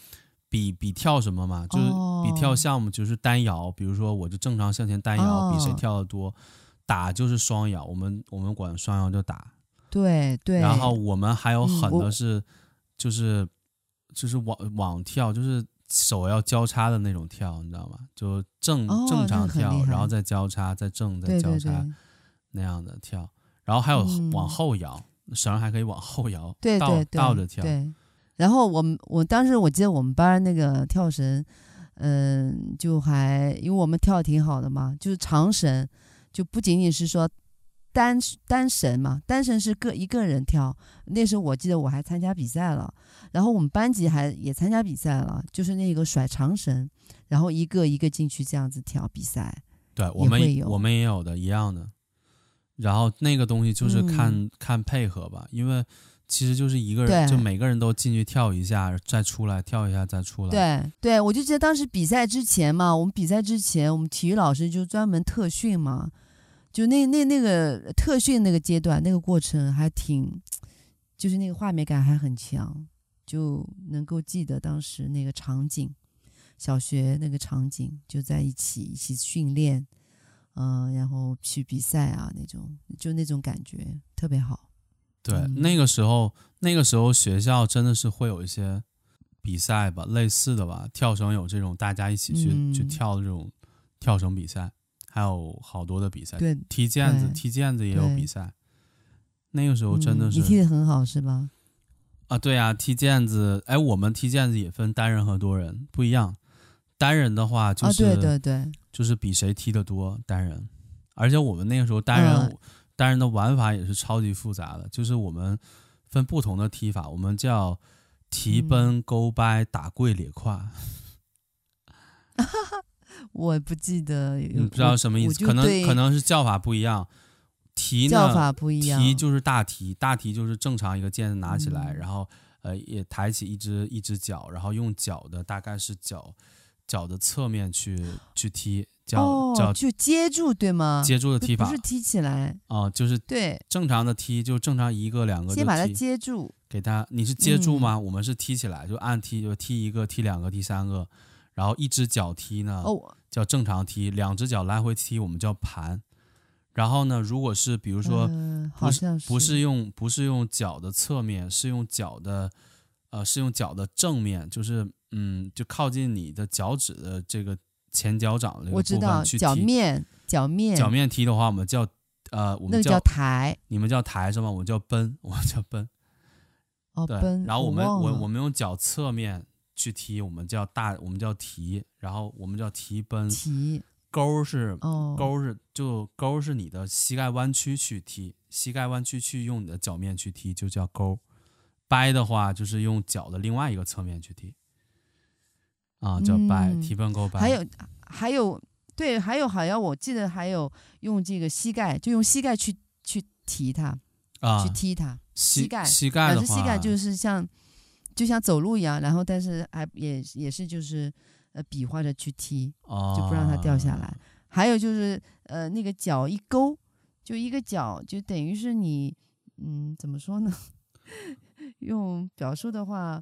[SPEAKER 1] 比比跳什么嘛，就是比跳
[SPEAKER 2] 哦
[SPEAKER 1] 项目，就是单摇，比如说我就正常向前单摇，比谁
[SPEAKER 2] 哦
[SPEAKER 1] 跳得多。打就是双摇，我们我们管双摇叫打，
[SPEAKER 2] 对对。
[SPEAKER 1] 然后我们还有
[SPEAKER 2] 嗯
[SPEAKER 1] 狠的
[SPEAKER 2] 我
[SPEAKER 1] 是，就是就是网网跳，就是手要交叉的那种跳，你知道吗？就正、
[SPEAKER 2] 哦
[SPEAKER 1] 正常
[SPEAKER 2] 那很厉
[SPEAKER 1] 跳，然后
[SPEAKER 2] 害
[SPEAKER 1] 再交叉，再正，再
[SPEAKER 2] 对
[SPEAKER 1] 交
[SPEAKER 2] 对
[SPEAKER 1] 叉
[SPEAKER 2] 对
[SPEAKER 1] 那样的跳。然后还有
[SPEAKER 2] 嗯
[SPEAKER 1] 往后摇，绳儿还可以往后摇，
[SPEAKER 2] 对
[SPEAKER 1] 倒
[SPEAKER 2] 对对，
[SPEAKER 1] 倒着跳。
[SPEAKER 2] 对，然后我们我当时我记得我们班那个跳绳，嗯，就还因为我们跳得挺好的嘛，就是长绳，就不仅仅是说单单绳嘛，单绳是个一个人跳。那时候我记得我还参加比赛了，然后我们班级还也参加比赛了，就是那个甩长绳，然后一个一个进去这样子跳比赛。
[SPEAKER 1] 对，我
[SPEAKER 2] 也会
[SPEAKER 1] 们
[SPEAKER 2] 有
[SPEAKER 1] 我们也有的一样的。然后那个东西就是看、
[SPEAKER 2] 嗯
[SPEAKER 1] 看配合吧，因为其实就是一个人，
[SPEAKER 2] 对
[SPEAKER 1] 就每个人都进去跳一下，再出来跳一下，再出来。
[SPEAKER 2] 对对，我就记得当时比赛之前嘛，我们比赛之前，我们体育老师就专门特训嘛，就那那那个特训那个阶段，那个过程还挺，就是那个画面感还很强，就能够记得当时那个场景，小学那个场景，就在一起一起训练，嗯、然后去比赛啊那种，就那种感觉特别好。
[SPEAKER 1] 对，
[SPEAKER 2] 嗯
[SPEAKER 1] 那个时候，那个时候学校真的是会有一些比赛吧，类似的吧，跳绳有这种大家一起去、
[SPEAKER 2] 嗯
[SPEAKER 1] 去跳的这种跳绳比赛，还有好多的比赛，
[SPEAKER 2] 对，
[SPEAKER 1] 踢毽子，
[SPEAKER 2] 对
[SPEAKER 1] 踢毽子也有
[SPEAKER 2] 对
[SPEAKER 1] 比赛。那个时候真的
[SPEAKER 2] 嗯
[SPEAKER 1] 是、
[SPEAKER 2] 你踢得很好是吧？
[SPEAKER 1] 啊，对啊，踢毽子，哎，我们踢毽子也分单人和多人，不一样。单人的话就是、
[SPEAKER 2] 啊，对对对，
[SPEAKER 1] 就是比谁踢得多单人，而且我们那个时候单人、
[SPEAKER 2] 嗯
[SPEAKER 1] 单人的玩法也是超级复杂的，就是我们分不同的踢法，我们叫提
[SPEAKER 2] 嗯
[SPEAKER 1] 奔、勾掰、打跪、咧胯，
[SPEAKER 2] 我不记得有，
[SPEAKER 1] 嗯你不知道什么意
[SPEAKER 2] 我
[SPEAKER 1] 思，
[SPEAKER 2] 就
[SPEAKER 1] 可能
[SPEAKER 2] 对
[SPEAKER 1] 可能是叫法不一样。提
[SPEAKER 2] 叫
[SPEAKER 1] 呢，
[SPEAKER 2] 法不一样。
[SPEAKER 1] 提就是大提，大提就是正常一个毽子拿起来，
[SPEAKER 2] 嗯
[SPEAKER 1] 然后呃也抬起一只一只脚，然后用脚的大概是脚脚的侧面去去踢，叫、
[SPEAKER 2] 哦，
[SPEAKER 1] 叫
[SPEAKER 2] 就接住对吗？
[SPEAKER 1] 接住的
[SPEAKER 2] 不
[SPEAKER 1] 踢法
[SPEAKER 2] 不是踢起来，
[SPEAKER 1] 啊、就是
[SPEAKER 2] 对，
[SPEAKER 1] 正常的踢就正常一个两个就
[SPEAKER 2] 先把它
[SPEAKER 1] 踢，
[SPEAKER 2] 接嗯住。
[SPEAKER 1] 给他你是接住吗？我们是踢起来，就按踢就踢一个踢两个踢三个，然后一只脚踢呢、
[SPEAKER 2] 哦，
[SPEAKER 1] 叫正常踢，两只脚来回踢我们叫盘。然后呢，如果是比如
[SPEAKER 2] 我
[SPEAKER 1] 说、
[SPEAKER 2] 呃好像
[SPEAKER 1] 不是
[SPEAKER 2] 嗯是
[SPEAKER 1] 用不是用脚的侧面，是用脚的呃是用脚的正面，就是嗯就靠近你的脚趾的这个前脚掌的这个
[SPEAKER 2] 我知
[SPEAKER 1] 部
[SPEAKER 2] 道
[SPEAKER 1] 分去踢
[SPEAKER 2] 脚面，脚面，
[SPEAKER 1] 脚面踢的话，我们叫呃我们
[SPEAKER 2] 那个叫
[SPEAKER 1] 叫
[SPEAKER 2] 抬
[SPEAKER 1] 你们叫抬是吗？我叫奔，我叫奔。
[SPEAKER 2] 哦
[SPEAKER 1] 对，
[SPEAKER 2] 奔。
[SPEAKER 1] 然后我们
[SPEAKER 2] 忘
[SPEAKER 1] 我
[SPEAKER 2] 了
[SPEAKER 1] 我们用脚侧面去踢，我们叫大，我们叫提，然后我们叫提奔。
[SPEAKER 2] 提
[SPEAKER 1] 勾儿是、
[SPEAKER 2] 哦
[SPEAKER 1] 勾儿是就勾儿是你的膝盖弯曲去踢，膝盖弯曲去用你的脚面去踢，就叫勾儿。掰的话就是用脚的另外一个侧面去踢，啊，叫掰、
[SPEAKER 2] 嗯
[SPEAKER 1] 提奔勾掰。
[SPEAKER 2] 还有还有对，还有好像我记得还有用这个膝盖，就用膝盖去去提它，
[SPEAKER 1] 啊
[SPEAKER 2] 去，踢它。
[SPEAKER 1] 膝
[SPEAKER 2] 膝盖
[SPEAKER 1] 膝盖
[SPEAKER 2] 两
[SPEAKER 1] 的
[SPEAKER 2] 只
[SPEAKER 1] 话，
[SPEAKER 2] 膝盖就是像就像走路一样，然后但是还也也是就是呃比划着去踢，
[SPEAKER 1] 啊、
[SPEAKER 2] 就不让它掉下
[SPEAKER 1] 哦
[SPEAKER 2] 来。还有就是呃那个脚一勾，就一个脚就等于是你嗯怎么说呢？ 用表述的话，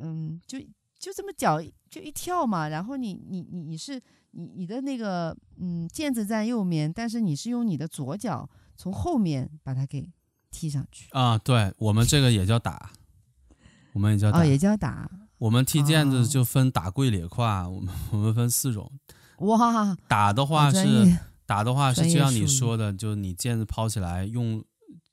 [SPEAKER 2] 嗯就就这么脚就一跳嘛，然后你你你你是你你的那个嗯毽子在右面，但是你是用你的左脚从后面把它给踢上去。
[SPEAKER 1] 啊，对我们这个也叫打，我们也叫打，
[SPEAKER 2] 哦，也叫打
[SPEAKER 1] 我们踢毽子
[SPEAKER 2] 哦
[SPEAKER 1] 就分打跪咧胯， 我们我们分四种。
[SPEAKER 2] 哇，
[SPEAKER 1] 打的话
[SPEAKER 2] 好哦专
[SPEAKER 1] 是
[SPEAKER 2] 业
[SPEAKER 1] 打的话是
[SPEAKER 2] 专
[SPEAKER 1] 就
[SPEAKER 2] 业
[SPEAKER 1] 像你
[SPEAKER 2] 术语
[SPEAKER 1] 说的，就是你毽子抛起来，用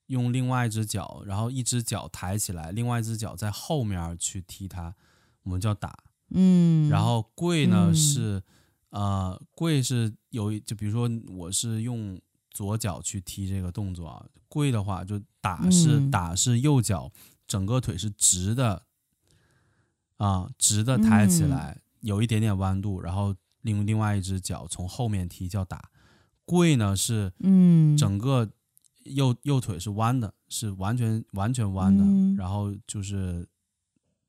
[SPEAKER 1] 用另外一只脚，然后一只脚抬起来，另外一只脚在后面去踢它，我们叫打。
[SPEAKER 2] 嗯，
[SPEAKER 1] 然后跪呢
[SPEAKER 2] 嗯
[SPEAKER 1] 是呃跪是有一就比如说我是用左脚去踢这个动作啊，跪的话就打是、
[SPEAKER 2] 嗯
[SPEAKER 1] 打是右脚，整个腿是直的，啊，直的抬起
[SPEAKER 2] 嗯
[SPEAKER 1] 来，有一点点弯度，然后另另外一只脚从后面踢叫打。跪呢是
[SPEAKER 2] 嗯，
[SPEAKER 1] 整个右右腿是弯的，是完全完全弯的，
[SPEAKER 2] 嗯
[SPEAKER 1] 然后就是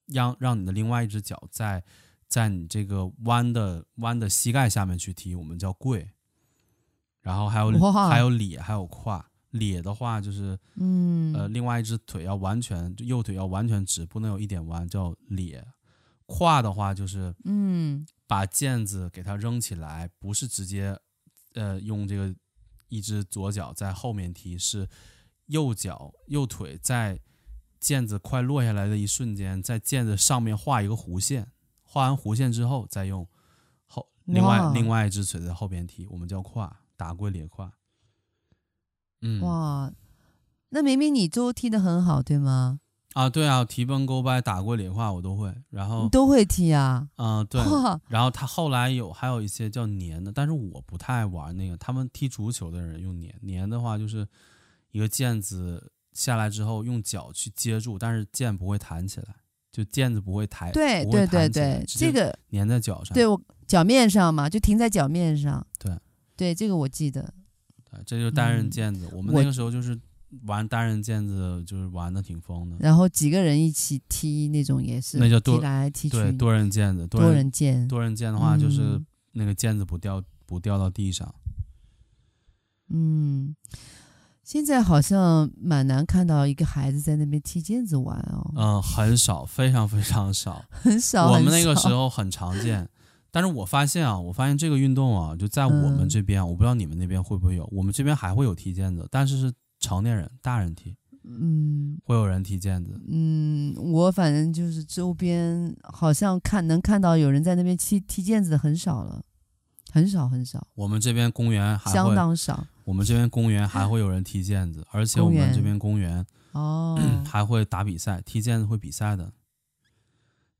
[SPEAKER 1] 让让你的另外一只脚在在你这个弯的弯的膝盖下面去踢，我们叫跪。然后还有
[SPEAKER 2] 哇
[SPEAKER 1] 还有咧，还有胯。咧的话就是
[SPEAKER 2] 嗯
[SPEAKER 1] 呃，另外一只腿要完全，就右腿要完全直，不能有一点弯，叫咧。胯的话就是
[SPEAKER 2] 嗯
[SPEAKER 1] 把毽子给它扔起来，不是直接呃用这个一只左脚在后面踢，是右脚右腿在毽子快落下来的一瞬间，在毽子上面画一个弧线，画完弧线之后再用后另外
[SPEAKER 2] 哇
[SPEAKER 1] 另外一只腿在后边踢，我们叫胯，打跪咧胯。嗯，
[SPEAKER 2] 哇，那明明你都踢得很好，对吗？
[SPEAKER 1] 啊，对啊，提蹦勾掰、打跪咧胯我都会，然后
[SPEAKER 2] 你都会踢啊？
[SPEAKER 1] 嗯、哦对，
[SPEAKER 2] 哇，
[SPEAKER 1] 然后他后来有还有一些叫粘的，但是我不太爱玩那个。他们踢足球的人用粘，粘的话就是一个毽子下来之后用脚去接住，但是毽不会弹起来，就毽子不会抬，
[SPEAKER 2] 对
[SPEAKER 1] 不
[SPEAKER 2] 对
[SPEAKER 1] 会
[SPEAKER 2] 对
[SPEAKER 1] 弹起来
[SPEAKER 2] 对，
[SPEAKER 1] 直
[SPEAKER 2] 这
[SPEAKER 1] 接
[SPEAKER 2] 个
[SPEAKER 1] 粘在脚上。
[SPEAKER 2] 对我脚面上嘛，就停在脚面上。
[SPEAKER 1] 对
[SPEAKER 2] 对，这个我记得。
[SPEAKER 1] 对这就是单人
[SPEAKER 2] 嗯
[SPEAKER 1] 毽子。我们
[SPEAKER 2] 我
[SPEAKER 1] 那个时候就是玩单人毽子，就是玩的挺疯的。
[SPEAKER 2] 然后几个人一起踢那种也是，
[SPEAKER 1] 那叫多
[SPEAKER 2] 踢来踢去，
[SPEAKER 1] 对，多人毽子，多
[SPEAKER 2] 多
[SPEAKER 1] 人
[SPEAKER 2] 人见。
[SPEAKER 1] 多人毽的话，就是
[SPEAKER 2] 嗯
[SPEAKER 1] 那个毽子不掉不掉到地上。
[SPEAKER 2] 嗯，现在好像蛮难看到一个孩子在那边踢毽子玩哦，
[SPEAKER 1] 嗯，很少，非常非常 少。
[SPEAKER 2] 很少。
[SPEAKER 1] 我
[SPEAKER 2] 很
[SPEAKER 1] 们那个时
[SPEAKER 2] 少
[SPEAKER 1] 候很常见， 但是我发现啊，我发现这个运动啊，就在我们
[SPEAKER 2] 嗯
[SPEAKER 1] 这边啊，我不知道你们那边会不会有，我们这边还会有踢毽子，但是是成年人、大人踢，
[SPEAKER 2] 嗯。
[SPEAKER 1] 会有人踢毽子。
[SPEAKER 2] 嗯，我反正就是周边好像看能看到有人在那边踢踢毽子的很少了，很少很少，
[SPEAKER 1] 我们这边公园还
[SPEAKER 2] 相
[SPEAKER 1] 会，
[SPEAKER 2] 当少
[SPEAKER 1] 我们这边公园 还会有人踢毽子，而且我
[SPEAKER 2] 公
[SPEAKER 1] 们
[SPEAKER 2] 园
[SPEAKER 1] 这边公园
[SPEAKER 2] 哦
[SPEAKER 1] 还会打比赛，踢毽子会比赛的，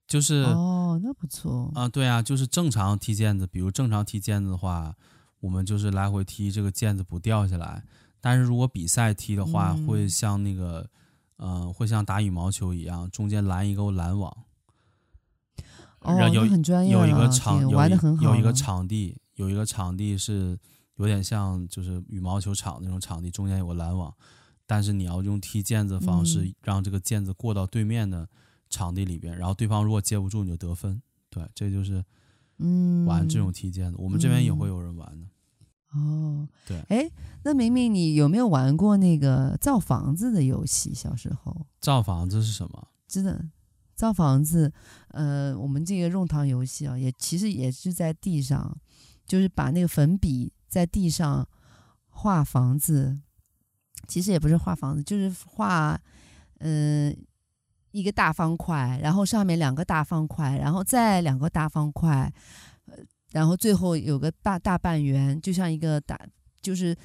[SPEAKER 1] 就是啊、
[SPEAKER 2] 哦，那不错，
[SPEAKER 1] 对啊，就是正常踢毽子，比如正常踢毽子的话，我们就是来回踢，这个毽子不掉下来。但是如果比赛踢的话，
[SPEAKER 2] 嗯
[SPEAKER 1] 会像那个，呃，会像打羽毛球一样，中间拦一个拦网，
[SPEAKER 2] 哦，
[SPEAKER 1] 然后
[SPEAKER 2] 那
[SPEAKER 1] 有
[SPEAKER 2] 很专业
[SPEAKER 1] 有一个
[SPEAKER 2] 了
[SPEAKER 1] 场
[SPEAKER 2] 这
[SPEAKER 1] 有
[SPEAKER 2] 玩的
[SPEAKER 1] 一
[SPEAKER 2] 很好
[SPEAKER 1] 有一个
[SPEAKER 2] 了，
[SPEAKER 1] 场地，有一个场地是有点像就是羽毛球场那种场地，中间有个拦网，但是你要用踢毽子的方式
[SPEAKER 2] 嗯
[SPEAKER 1] 让这个毽子过到对面的场地里边，然后对方如果接不住你就得分。对，这就是
[SPEAKER 2] 嗯，
[SPEAKER 1] 玩这种踢毽子，我们这边也
[SPEAKER 2] 嗯
[SPEAKER 1] 会有人玩的。
[SPEAKER 2] 哦，
[SPEAKER 1] 对
[SPEAKER 2] 哎，那明明你有没有玩过那个造房子的游戏？小时候
[SPEAKER 1] 造房子是什么？
[SPEAKER 2] 真的造房子，呃，我们这个弄堂游戏啊，也其实也是在地上，就是把那个粉笔在地上画房子，其实也不是画房子，就是画，嗯、一个大方块，然后上面两个大方块，然后再两个大方块，呃，然后最后有个大大半圆，就像一个大，就是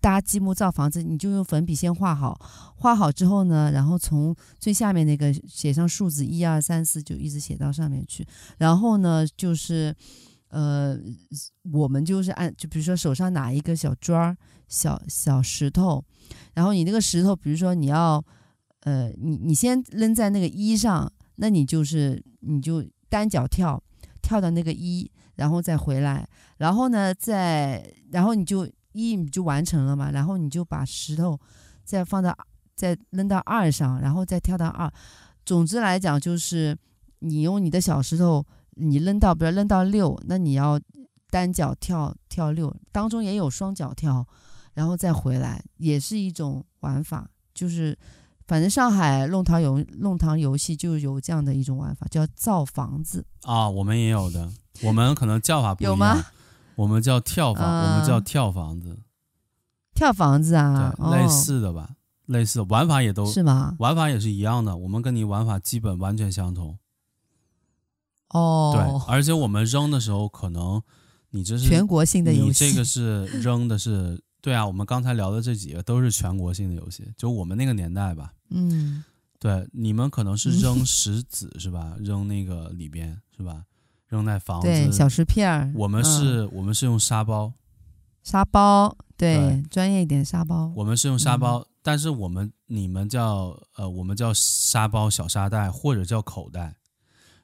[SPEAKER 2] 搭积木造房子，你就用粉笔先画好，画好之后呢，然后从最下面那个写上数字一二三四，就一直写到上面去，然后呢就是。呃，我们就是按，就比如说手上拿一个小砖儿、小小石头，然后你那个石头，比如说你要呃，你你先扔在那个一上，那你就是你就单脚跳，跳到那个一，然后再回来，然后呢再然后你就一你就完成了嘛，然后你就把石头再放到再扔到二上，然后再跳到二。总之来讲，就是你用你的小石头，你扔到比如扔到六，那你要单脚跳跳六，当中也有双脚跳，然后再回来，也是一种玩法，就是。反正上海弄堂游弄堂游戏就有这样的一种玩法，叫造房子，
[SPEAKER 1] 啊，我们也有的，我们可能叫法不一样，
[SPEAKER 2] 有吗？
[SPEAKER 1] 我们叫跳房，我们
[SPEAKER 2] 啊
[SPEAKER 1] 叫跳房子，
[SPEAKER 2] 跳房子
[SPEAKER 1] 对，
[SPEAKER 2] 啊，哦、
[SPEAKER 1] 类似的吧，类似的玩法也都
[SPEAKER 2] 是吗？
[SPEAKER 1] 玩法也是一样的，我们跟你玩法基本完全相同，
[SPEAKER 2] 哦
[SPEAKER 1] 对，，而且我们扔的时候可能你这是
[SPEAKER 2] 全国性的游
[SPEAKER 1] 你
[SPEAKER 2] 戏，
[SPEAKER 1] 这个是扔的是对啊，我们刚才聊的这几个都是全国性的游戏，就我们那个年代吧，
[SPEAKER 2] 嗯，
[SPEAKER 1] 对，你们可能是
[SPEAKER 2] 嗯
[SPEAKER 1] 扔石子是吧？扔那个里边是吧？扔在房子
[SPEAKER 2] 对，小石片儿，
[SPEAKER 1] 我们
[SPEAKER 2] 嗯
[SPEAKER 1] 是，我们是用沙包，
[SPEAKER 2] 沙包，对，
[SPEAKER 1] 对
[SPEAKER 2] 专业一点沙包，
[SPEAKER 1] 我们是用
[SPEAKER 2] 嗯
[SPEAKER 1] 沙包，但是我们你们叫呃，我们叫沙包、小沙袋或者叫口袋，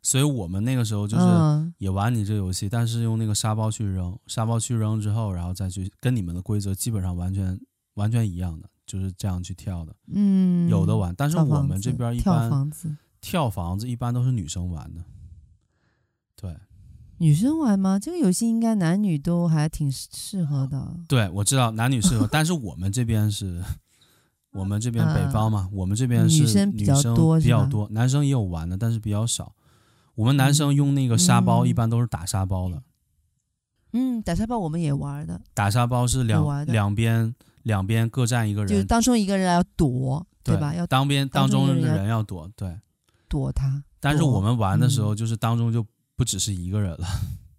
[SPEAKER 1] 所以我们那个时候就是
[SPEAKER 2] 嗯
[SPEAKER 1] 也玩你这游戏，但是用那个沙包去扔，沙包去扔之后，然后再去跟你们的规则基本上完全完全一样的，就是这样去跳的，
[SPEAKER 2] 嗯，
[SPEAKER 1] 有的玩。但是
[SPEAKER 2] 跳
[SPEAKER 1] 我
[SPEAKER 2] 房
[SPEAKER 1] 们这
[SPEAKER 2] 子
[SPEAKER 1] 边一
[SPEAKER 2] 跳
[SPEAKER 1] 般
[SPEAKER 2] 房子，
[SPEAKER 1] 跳房子一般都是女生玩的，对
[SPEAKER 2] 女生玩吗？这个游戏应该男女都还挺适适合的。
[SPEAKER 1] 对，我知道男女 适合，但是我们这边是。我们这边北
[SPEAKER 2] 啊
[SPEAKER 1] 方嘛，我们这边是
[SPEAKER 2] 女生比较
[SPEAKER 1] 女生
[SPEAKER 2] 多
[SPEAKER 1] 比
[SPEAKER 2] 是
[SPEAKER 1] 较
[SPEAKER 2] 吧
[SPEAKER 1] 多，男生也有玩的，但是比较少。我们男生用那个沙包，一
[SPEAKER 2] 嗯
[SPEAKER 1] 般都是打沙包的，
[SPEAKER 2] 嗯，打沙包我们也玩的，
[SPEAKER 1] 打沙包是
[SPEAKER 2] 有
[SPEAKER 1] 两
[SPEAKER 2] 玩的
[SPEAKER 1] 两边两边各站一个
[SPEAKER 2] 就是
[SPEAKER 1] 人，
[SPEAKER 2] 当中一个人要躲，对吧？要
[SPEAKER 1] 当边
[SPEAKER 2] 当
[SPEAKER 1] 当
[SPEAKER 2] 中
[SPEAKER 1] 中
[SPEAKER 2] 一个
[SPEAKER 1] 的
[SPEAKER 2] 人要
[SPEAKER 1] 人要躲，对。
[SPEAKER 2] 躲他。
[SPEAKER 1] 但是
[SPEAKER 2] 躲
[SPEAKER 1] 我们玩的时候，
[SPEAKER 2] 嗯
[SPEAKER 1] 就是当中就不只是一个人了，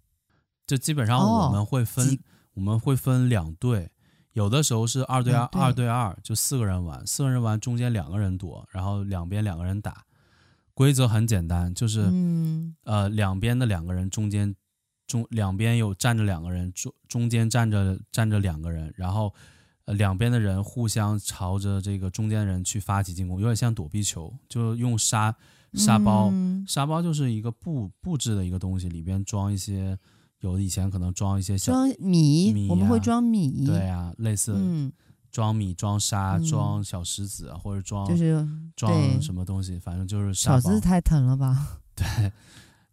[SPEAKER 1] 就基本上
[SPEAKER 2] 哦
[SPEAKER 1] 我们会分、
[SPEAKER 2] 几
[SPEAKER 1] 我们会分两队，有的时候是二对二
[SPEAKER 2] 两、队
[SPEAKER 1] 二对二，就四个人玩，四个人玩中间两个人躲，然后两边两个人打。规则很简单，就是、
[SPEAKER 2] 嗯
[SPEAKER 1] 呃两边的两个人中间中两边有站着两个人，中中间站着站着两个人，然后。呃，两边的人互相朝着这个中间人去发起进攻，有点像躲避球，就用沙沙包、
[SPEAKER 2] 嗯
[SPEAKER 1] 沙包就是一个布布置的一个东西，里边装一些，有以前可能装一些小，
[SPEAKER 2] 装米，
[SPEAKER 1] 米
[SPEAKER 2] 我们会
[SPEAKER 1] 呀
[SPEAKER 2] 装米，
[SPEAKER 1] 对啊，类似
[SPEAKER 2] 嗯，
[SPEAKER 1] 装米、装沙、
[SPEAKER 2] 嗯
[SPEAKER 1] 装小石子啊，或者装、
[SPEAKER 2] 就是对
[SPEAKER 1] 装什么东西，反正就是沙
[SPEAKER 2] 小
[SPEAKER 1] 包
[SPEAKER 2] 子，太疼了吧？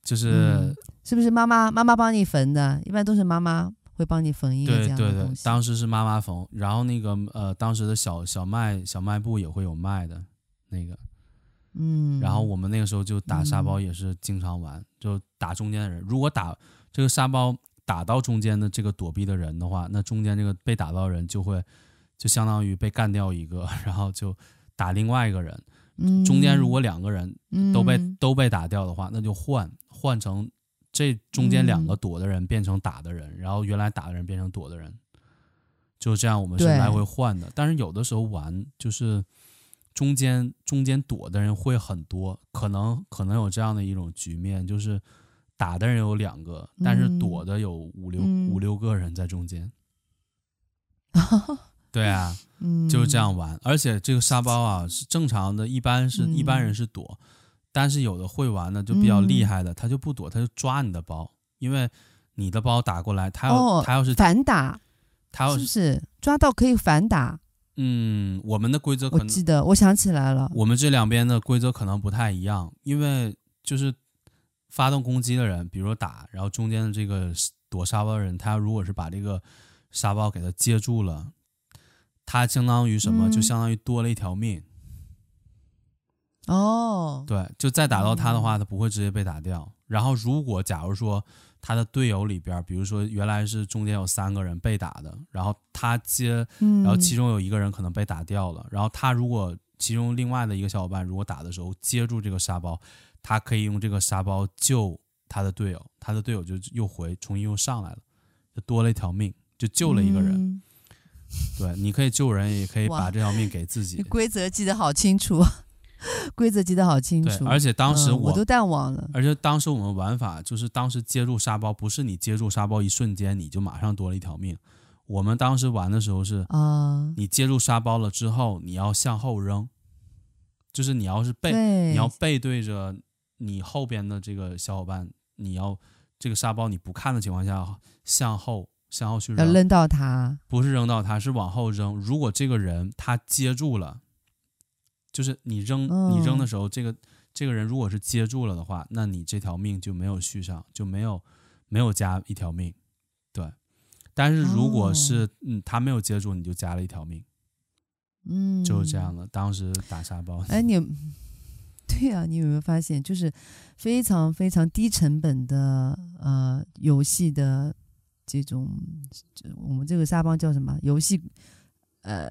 [SPEAKER 1] 就是
[SPEAKER 2] 嗯、是不是妈妈妈妈帮你缝的？一般都是妈妈会帮你缝一个
[SPEAKER 1] 对
[SPEAKER 2] 这样
[SPEAKER 1] 对
[SPEAKER 2] 的
[SPEAKER 1] 对
[SPEAKER 2] 东，西。
[SPEAKER 1] 当时是妈妈缝，然后那个呃，当时的小小卖小卖部也会有卖的那个，
[SPEAKER 2] 嗯，
[SPEAKER 1] 然后我们那个时候就打沙包也是经常玩，就打中间的人。如果打这个沙包打到中间的这个躲避的人的话，那中间这个被打到的人就会就相当于被干掉一个， 然后就打另外一个人。中间如果两个人
[SPEAKER 2] 嗯
[SPEAKER 1] 都被、
[SPEAKER 2] 嗯
[SPEAKER 1] 都被打掉的话，那就换换成这中间两个
[SPEAKER 2] 嗯
[SPEAKER 1] 躲的人变成打的人，然后原来打的人变成躲的人，就这样我们是
[SPEAKER 2] 对
[SPEAKER 1] 来回换的。但是有的时候玩就是中间中间躲的人会很多，可能可能有这样的一种局面，就是打的人有两个，但是
[SPEAKER 2] 嗯
[SPEAKER 1] 躲的有五六、
[SPEAKER 2] 嗯
[SPEAKER 1] 五六个人在中间。对啊，
[SPEAKER 2] 嗯
[SPEAKER 1] 就是这，样玩。而且这个沙包啊，是正常的，一般是、
[SPEAKER 2] 嗯嗯
[SPEAKER 1] 一般人是躲，但是有的会玩的就比较厉害的，他就不躲，他就抓你的包，因为你的包打过来，他要、
[SPEAKER 2] 哦
[SPEAKER 1] 他要是
[SPEAKER 2] 反打
[SPEAKER 1] 他要
[SPEAKER 2] 是不是抓到可以反打？
[SPEAKER 1] 嗯，我们的规则可
[SPEAKER 2] 我
[SPEAKER 1] 能
[SPEAKER 2] 记得，我想起来了，
[SPEAKER 1] 我们这两边的规则可能不太一样，因为就是发动攻击的人，比如说打，然后中间的这个躲沙包的人，他如果是把这个沙包给他接住了，他相当于什么？
[SPEAKER 2] 嗯
[SPEAKER 1] 就相当于多了一条命。
[SPEAKER 2] 哦，
[SPEAKER 1] 对，就再打到他的话，他不会直接被打掉。然后，如果假如说他的队友里边儿，比如说原来是中间有三个人被打的，然后他接，
[SPEAKER 2] 嗯，
[SPEAKER 1] 然后其中有一个人可能被打掉了，然后他如果其中另外的一个小伙伴如果打的时候接住这个沙包，他可以用这个沙包救他的队友，他的队友就又回重新又上来了，就多了一条命，就救了一个人。
[SPEAKER 2] 嗯
[SPEAKER 1] 对，你可以救人，也可以
[SPEAKER 2] 哇
[SPEAKER 1] 把这条命给自己
[SPEAKER 2] 你。规则记得好清楚， 规则记得好清
[SPEAKER 1] 对
[SPEAKER 2] 楚。，
[SPEAKER 1] 而且当时
[SPEAKER 2] 嗯
[SPEAKER 1] 我
[SPEAKER 2] 我都淡忘了。
[SPEAKER 1] 而且当时我们玩法就是，当时接住沙包，不是你接住沙包一瞬间你就马上多了一条命。我们当时玩的时候是，
[SPEAKER 2] 啊，
[SPEAKER 1] 你接住沙包了之后，你要向后扔，就是你要是背，
[SPEAKER 2] 对，
[SPEAKER 1] 你要背对着你后边的这个小伙伴，你要这个沙包你不看的情况下向后向后去
[SPEAKER 2] 要
[SPEAKER 1] 扔，
[SPEAKER 2] 扔到他，
[SPEAKER 1] 不是扔到他，是往后扔。如果这个人他接住了，就是你扔、
[SPEAKER 2] 嗯
[SPEAKER 1] 你扔的时候，这个这个人如果是接住了的话，那你这条命就没有续上，就没有没有加一条命。对，但是如果是、
[SPEAKER 2] 哦
[SPEAKER 1] 嗯他没有接住，你就加了一条命，
[SPEAKER 2] 嗯，
[SPEAKER 1] 就是这样。的。当时打沙包，
[SPEAKER 2] 哎，你有对啊呀、你有没有发现，就是非常非常低成本的呃游戏的这种，这我们这个沙包叫什么游戏？呃，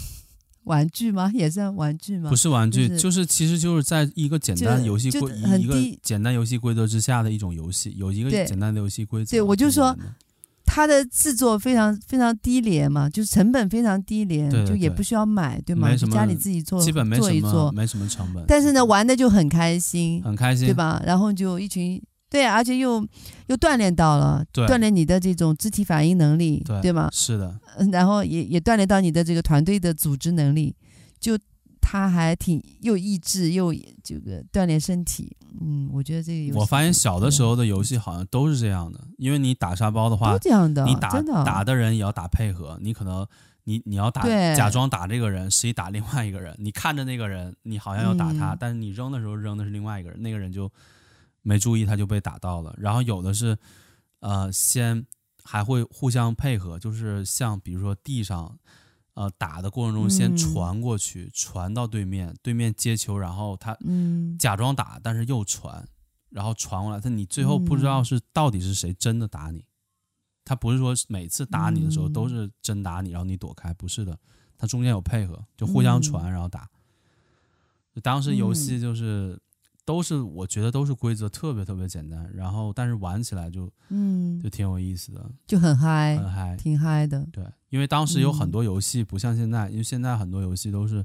[SPEAKER 2] 玩具吗？也算玩具吗？
[SPEAKER 1] 不是玩具，
[SPEAKER 2] 就
[SPEAKER 1] 就是是、其实就是在一个简单
[SPEAKER 2] 就
[SPEAKER 1] 游戏
[SPEAKER 2] 就
[SPEAKER 1] 规
[SPEAKER 2] 很
[SPEAKER 1] 一个
[SPEAKER 2] 低
[SPEAKER 1] 简单游戏规则之下的一种游戏，有一个
[SPEAKER 2] 对
[SPEAKER 1] 简单的游戏规则去
[SPEAKER 2] 对
[SPEAKER 1] 玩的。
[SPEAKER 2] 我就说它的制作非常非常低廉嘛，就是成本非常低廉，
[SPEAKER 1] 对
[SPEAKER 2] 就
[SPEAKER 1] 对
[SPEAKER 2] 也
[SPEAKER 1] 对
[SPEAKER 2] 不需要买，对吗？
[SPEAKER 1] 没
[SPEAKER 2] 就
[SPEAKER 1] 什
[SPEAKER 2] 家
[SPEAKER 1] 么
[SPEAKER 2] 里自己做，
[SPEAKER 1] 基本没
[SPEAKER 2] 做
[SPEAKER 1] 什
[SPEAKER 2] 一
[SPEAKER 1] 么
[SPEAKER 2] 做。
[SPEAKER 1] 没什么成本，
[SPEAKER 2] 但是呢，玩的就很开心，
[SPEAKER 1] 很开心，
[SPEAKER 2] 对吧？然后就一群对，啊而且又又锻炼到了，
[SPEAKER 1] 对
[SPEAKER 2] 锻炼你的这种肢体反应能力，
[SPEAKER 1] 对
[SPEAKER 2] 吗？
[SPEAKER 1] 是的，
[SPEAKER 2] 嗯然后也也锻炼到你的这个团队的组织能力，就他还挺又益智又这个锻炼身体，嗯，我觉得这个游戏嗯
[SPEAKER 1] 我发现小的时候的游戏好像都是这样的，因为你打沙包的话
[SPEAKER 2] 都，这样的，
[SPEAKER 1] 你打
[SPEAKER 2] 真的啊
[SPEAKER 1] 打的人也要打配合，你可能你你要打
[SPEAKER 2] 对
[SPEAKER 1] 假装打这个人，实际打另外一个人。你看着那个人，你好像要打他，
[SPEAKER 2] 嗯
[SPEAKER 1] 但是你扔的时候扔的是另外一个人，那个人就没注意，他就被打到了。然后有的是呃，先还会互相配合，就是像比如说地上。呃，打的过程中先
[SPEAKER 2] 嗯
[SPEAKER 1] 传过去，传到对面，对面接球，然后他
[SPEAKER 2] 嗯，
[SPEAKER 1] 假装打，但是又传，然后传过来，但你最后不知道
[SPEAKER 2] 嗯
[SPEAKER 1] 是到底是谁真的打你。他不是说每次打你的时候
[SPEAKER 2] 嗯
[SPEAKER 1] 都是真打你，然后你躲开，不是的，他中间有配合，就互相
[SPEAKER 2] 嗯
[SPEAKER 1] 传，然后打。就当时游戏就是都是我觉得都是规则特别特别简单，然后但是玩起来就
[SPEAKER 2] 嗯哎
[SPEAKER 1] 就，挺有意思的，
[SPEAKER 2] 就很嗨，
[SPEAKER 1] 很嗨。
[SPEAKER 2] 挺嗨的，
[SPEAKER 1] 对，因为当时有
[SPEAKER 2] 嗯
[SPEAKER 1] 很多游戏不像现在，因为现在很多游戏都是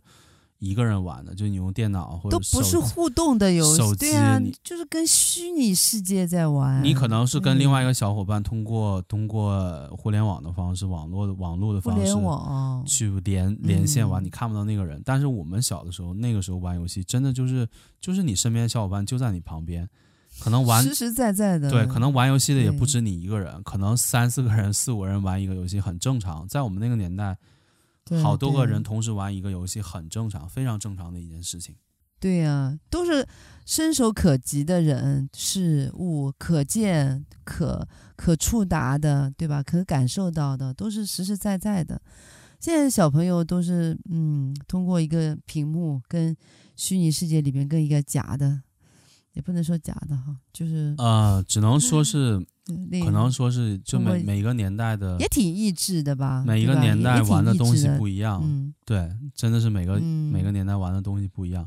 [SPEAKER 1] 一个人玩的，就你用电脑或者
[SPEAKER 2] 都
[SPEAKER 1] 手
[SPEAKER 2] 不是
[SPEAKER 1] 机
[SPEAKER 2] 互动的游
[SPEAKER 1] 手
[SPEAKER 2] 戏，对啊
[SPEAKER 1] 机你，
[SPEAKER 2] 就是跟虚拟世界在玩。
[SPEAKER 1] 你可能是跟另
[SPEAKER 2] 嗯
[SPEAKER 1] 外一个小伙伴通过通过互联网的方式、网络的网络的
[SPEAKER 2] 互
[SPEAKER 1] 方式
[SPEAKER 2] 联网，
[SPEAKER 1] 去连连线玩，
[SPEAKER 2] 嗯
[SPEAKER 1] 你看不到那个人。但是我们小的时候，那个时候玩游戏，真的就是就是你身边的小伙伴就在你旁边，可能玩
[SPEAKER 2] 实实在在的，
[SPEAKER 1] 对，可能玩游戏的也不
[SPEAKER 2] 对
[SPEAKER 1] 止你一个人，可能三四个人、四五个人玩一个游戏很正常。在我们那个年代，
[SPEAKER 2] 对
[SPEAKER 1] 好多个
[SPEAKER 2] 对
[SPEAKER 1] 人同时玩一个游戏很正常，非常正常的一件事情。
[SPEAKER 2] 对呀、都是伸手可及的人事物，可见可可触达的，对吧？可感受到的，都是实实在在的。现在小朋友都是嗯，通过一个屏幕跟虚拟世界里面跟一个假的，也不能说假的哈，就是、
[SPEAKER 1] 呃，只能说是，
[SPEAKER 2] 嗯
[SPEAKER 1] 可能说是就
[SPEAKER 2] 通过
[SPEAKER 1] 每每个年代的
[SPEAKER 2] 也挺益智的吧？
[SPEAKER 1] 每一
[SPEAKER 2] 嗯对
[SPEAKER 1] 个
[SPEAKER 2] 吧
[SPEAKER 1] 年
[SPEAKER 2] 也
[SPEAKER 1] 代
[SPEAKER 2] 也挺
[SPEAKER 1] 玩的
[SPEAKER 2] 益
[SPEAKER 1] 东
[SPEAKER 2] 智
[SPEAKER 1] 西
[SPEAKER 2] 的
[SPEAKER 1] 不一样，
[SPEAKER 2] 嗯
[SPEAKER 1] 对，真的是每个、
[SPEAKER 2] 嗯
[SPEAKER 1] 每个年代玩的东西不一样。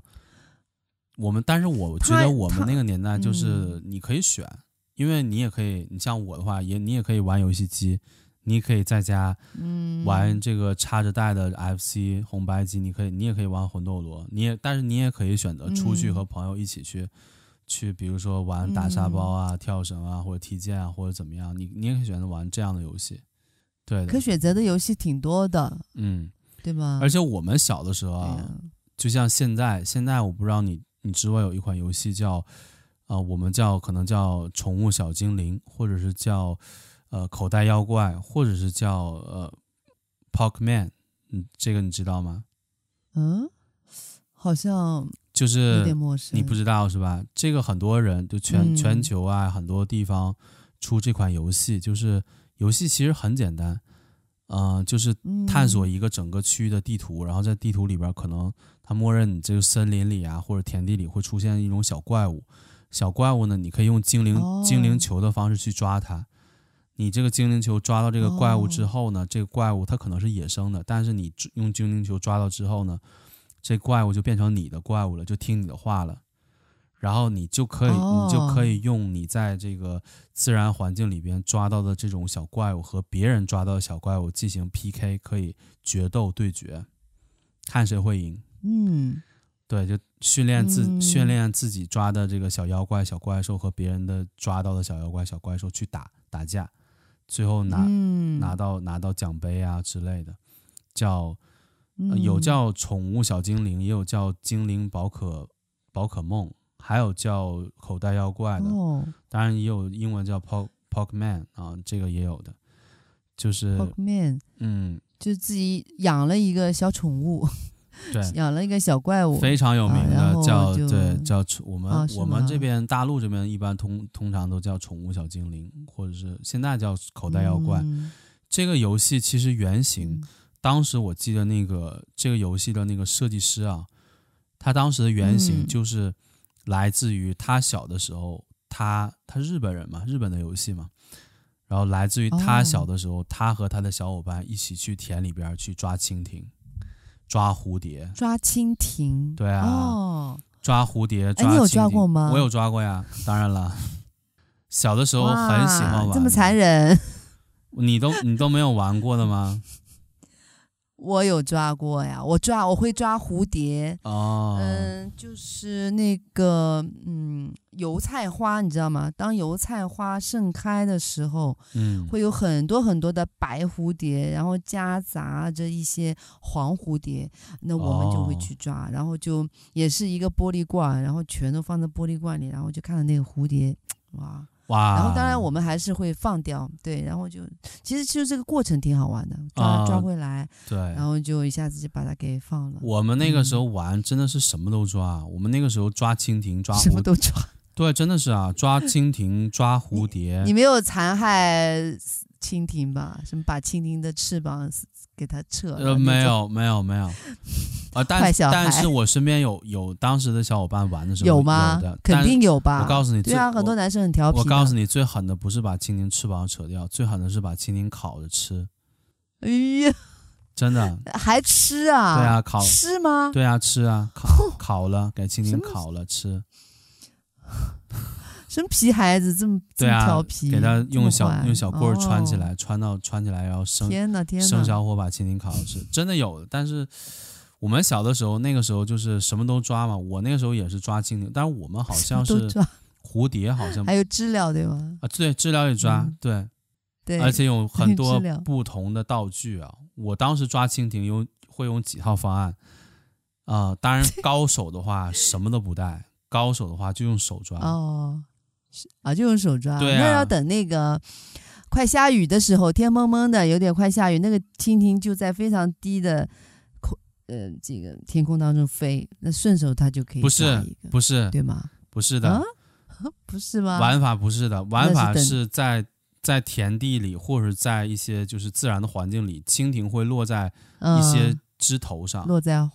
[SPEAKER 1] 我们，但是我觉
[SPEAKER 2] 它
[SPEAKER 1] 得我们
[SPEAKER 2] 它
[SPEAKER 1] 那个年代就是
[SPEAKER 2] 嗯
[SPEAKER 1] 你可以选，因为你也可以，你像我的话，也你也可以玩游戏机，你也可以在家
[SPEAKER 2] 嗯
[SPEAKER 1] 玩这个插着带的 FC 红白机，你可以，你也可以玩魂斗罗，你也，但是你也可以选择出去
[SPEAKER 2] 嗯
[SPEAKER 1] 和朋友一起去。去，比如说玩打沙包
[SPEAKER 2] 嗯
[SPEAKER 1] 啊、跳绳啊，或者踢毽啊，或者怎么样，你你也可以选择玩这样的游戏，对
[SPEAKER 2] 可
[SPEAKER 1] 的，
[SPEAKER 2] 选择的游戏挺多的，
[SPEAKER 1] 嗯，
[SPEAKER 2] 对吗？
[SPEAKER 1] 而且我们小的时候
[SPEAKER 2] 对
[SPEAKER 1] 啊，
[SPEAKER 2] 呀
[SPEAKER 1] 就像现在，现在我不知道你你知不知道有一款游戏叫，啊、我们叫可能叫宠物小精灵，或者是叫呃口袋妖怪，或者是叫呃 Pokemon，嗯，这个你知道吗？
[SPEAKER 2] 嗯，好像
[SPEAKER 1] 就
[SPEAKER 2] 有点
[SPEAKER 1] 是
[SPEAKER 2] 陌生。
[SPEAKER 1] 呃你不知道是吧？这个很多人就全、
[SPEAKER 2] 嗯
[SPEAKER 1] 全球啊，很多地方出这款游戏，就是游戏其实很简单，嗯、就是
[SPEAKER 2] 嗯
[SPEAKER 1] 探索一个整个区域的地图，然后在地图里边儿可能它默认你这个森林里啊或者田地里会出现一种小怪物，小怪物呢，你可以用精灵、
[SPEAKER 2] 哦
[SPEAKER 1] 精灵球的方式去抓它。你这个精灵球抓到这个怪物之后呢，这个怪物它可能是野生的，但是你抓用精灵球抓到之后呢，这怪物就变成你的怪物了，就听你的话了。然后你就可以，
[SPEAKER 2] 哦
[SPEAKER 1] 你就可以用你在这个自然环境里边抓到的这种小怪物和别人抓到的小怪物进行 PK，可以决斗对决，看谁会赢。
[SPEAKER 2] 嗯，
[SPEAKER 1] 对，就训练自、
[SPEAKER 2] 嗯
[SPEAKER 1] 训练自己抓的这个小妖怪、小怪兽和别人的抓到的小妖怪、小怪兽去打打架，最后拿、
[SPEAKER 2] 嗯
[SPEAKER 1] 拿到拿到奖杯啊之类的，叫、呃
[SPEAKER 2] 嗯
[SPEAKER 1] 有叫宠物小精灵，也有叫精灵宝可宝可梦，还有叫口袋妖怪的，
[SPEAKER 2] 哦
[SPEAKER 1] 当然也有英文叫 Pok Pokemon 啊，这个也有的，就是
[SPEAKER 2] ，Pokemon
[SPEAKER 1] 嗯，
[SPEAKER 2] 就自己养了一个小宠物，
[SPEAKER 1] 对，
[SPEAKER 2] 养了一个小怪物。
[SPEAKER 1] 非常有名
[SPEAKER 2] 啊然
[SPEAKER 1] 的
[SPEAKER 2] 后
[SPEAKER 1] 叫
[SPEAKER 2] 就
[SPEAKER 1] 对叫宠我们、
[SPEAKER 2] 啊是
[SPEAKER 1] 我们
[SPEAKER 2] 吗
[SPEAKER 1] 这边大陆这边一般通通常都叫宠物小精灵，或者是现在叫口袋妖怪。
[SPEAKER 2] 嗯
[SPEAKER 1] 这个游戏其实原型，
[SPEAKER 2] 嗯
[SPEAKER 1] 当时我记得那个这个游戏的那个设计师啊，他当时的原型
[SPEAKER 2] 嗯
[SPEAKER 1] 就是来自于他小的时候，他他日本人嘛，日本的游戏嘛，然后来自于他
[SPEAKER 2] 哦
[SPEAKER 1] 小的时候，他和他的小伙伴一起去田里边儿去抓蜻蜓、抓蝴蝶，
[SPEAKER 2] 抓蜻蜓。
[SPEAKER 1] 对啊
[SPEAKER 2] 哦，
[SPEAKER 1] 抓蝴蝶，
[SPEAKER 2] 你有
[SPEAKER 1] 蜻
[SPEAKER 2] 抓
[SPEAKER 1] 蜓
[SPEAKER 2] 过吗
[SPEAKER 1] 我有抓过呀，当然了，小的时候
[SPEAKER 2] 哇
[SPEAKER 1] 很喜欢玩。
[SPEAKER 2] 这么残？忍。
[SPEAKER 1] 你都你都没有玩过的吗？
[SPEAKER 2] 我有抓过呀，我抓我会抓蝴蝶，
[SPEAKER 1] 哦，
[SPEAKER 2] 嗯，就是那个嗯油菜花，你知道吗？当油菜花盛开的时候，
[SPEAKER 1] 嗯，
[SPEAKER 2] 会有很多很多的白蝴蝶，然后夹杂着一些黄蝴蝶，那我们就会
[SPEAKER 1] 哦
[SPEAKER 2] 去抓，然后就也是一个玻璃罐，然后全都放在玻璃罐里，然后就看到那个蝴蝶，哇！
[SPEAKER 1] 哇，
[SPEAKER 2] 然后当然我们还是会放掉，对，然后就其实就这个过程挺好玩的，抓、
[SPEAKER 1] 啊
[SPEAKER 2] 抓回来，
[SPEAKER 1] 对，
[SPEAKER 2] 然后就一下子就把它给放了，
[SPEAKER 1] 我们那个时候玩真的是什么都抓，我们那个时候抓蜻蜓，抓
[SPEAKER 2] 嗯什
[SPEAKER 1] 蝴
[SPEAKER 2] 么
[SPEAKER 1] 蝶，
[SPEAKER 2] 都抓。
[SPEAKER 1] 对，真的是 啊，抓蜻蜓，抓蝴蝶
[SPEAKER 2] 你，没有残害蜻蜓吧？什么把蜻蜓的翅膀给它扯了？
[SPEAKER 1] 呃，没，有，没有， 没有，啊，但
[SPEAKER 2] 坏小
[SPEAKER 1] 但
[SPEAKER 2] 孩
[SPEAKER 1] 是我身边有有当时的小伙伴玩的时候
[SPEAKER 2] 有吗
[SPEAKER 1] 的，？
[SPEAKER 2] 肯
[SPEAKER 1] 但
[SPEAKER 2] 定有吧？
[SPEAKER 1] 我告诉你
[SPEAKER 2] 对
[SPEAKER 1] 最
[SPEAKER 2] 啊，
[SPEAKER 1] 我
[SPEAKER 2] 很多男生很调皮。
[SPEAKER 1] 我告诉，你，最狠的不是把蜻蜓翅膀扯掉，最狠的是把蜻蜓烤着吃，
[SPEAKER 2] 哎呀，
[SPEAKER 1] 真的。
[SPEAKER 2] 还吃啊？
[SPEAKER 1] 对，啊，烤，
[SPEAKER 2] 吃吗？
[SPEAKER 1] 对啊，吃啊，烤烤了，给蜻蜓
[SPEAKER 2] 什么
[SPEAKER 1] 烤了吃。
[SPEAKER 2] 什么皮孩子这么这
[SPEAKER 1] 对
[SPEAKER 2] 么
[SPEAKER 1] 啊，
[SPEAKER 2] 调皮？
[SPEAKER 1] 给它
[SPEAKER 2] 这么
[SPEAKER 1] 用小
[SPEAKER 2] 坏
[SPEAKER 1] 用小棍儿穿起。
[SPEAKER 2] 哦
[SPEAKER 1] 来，穿到穿起来，然后生
[SPEAKER 2] 天哪，天
[SPEAKER 1] 生
[SPEAKER 2] 哪！
[SPEAKER 1] 小火把蜻蜓烤着 吃，真的有的。但是我们小的时候，那个时候就是什么都抓嘛。我那个时候也是抓蜻蜓，但是我们好像
[SPEAKER 2] 都
[SPEAKER 1] 是
[SPEAKER 2] 抓，
[SPEAKER 1] 蝴蝶，好像
[SPEAKER 2] 还有知了对吗？
[SPEAKER 1] 啊，对，知了也抓，
[SPEAKER 2] 嗯
[SPEAKER 1] 对，
[SPEAKER 2] 对，
[SPEAKER 1] 而且有很多
[SPEAKER 2] 知了
[SPEAKER 1] 不同的道具啊。我当时抓蜻蜓用会用几套方案啊、当然高手的话 什么都不带，高手的话就用手抓。
[SPEAKER 2] 哦，是啊，就用手抓，
[SPEAKER 1] 对
[SPEAKER 2] 那要
[SPEAKER 1] 啊
[SPEAKER 2] 等那个快下雨的时候，天蒙蒙的，有点快下雨，那个蜻蜓就在非常低的空呃这个天空当中飞，那顺手它就可以
[SPEAKER 1] 不
[SPEAKER 2] 抓
[SPEAKER 1] 是
[SPEAKER 2] 一个，
[SPEAKER 1] 不是
[SPEAKER 2] 对吗？
[SPEAKER 1] 不是
[SPEAKER 2] 啊
[SPEAKER 1] 的，，
[SPEAKER 2] 不是吗？
[SPEAKER 1] 玩法不是的，玩法
[SPEAKER 2] 啊那是
[SPEAKER 1] 是在在田地里或者在一些就是自然的环境里，蜻蜓会落在
[SPEAKER 2] 嗯、
[SPEAKER 1] 一些枝头上
[SPEAKER 2] 落在哦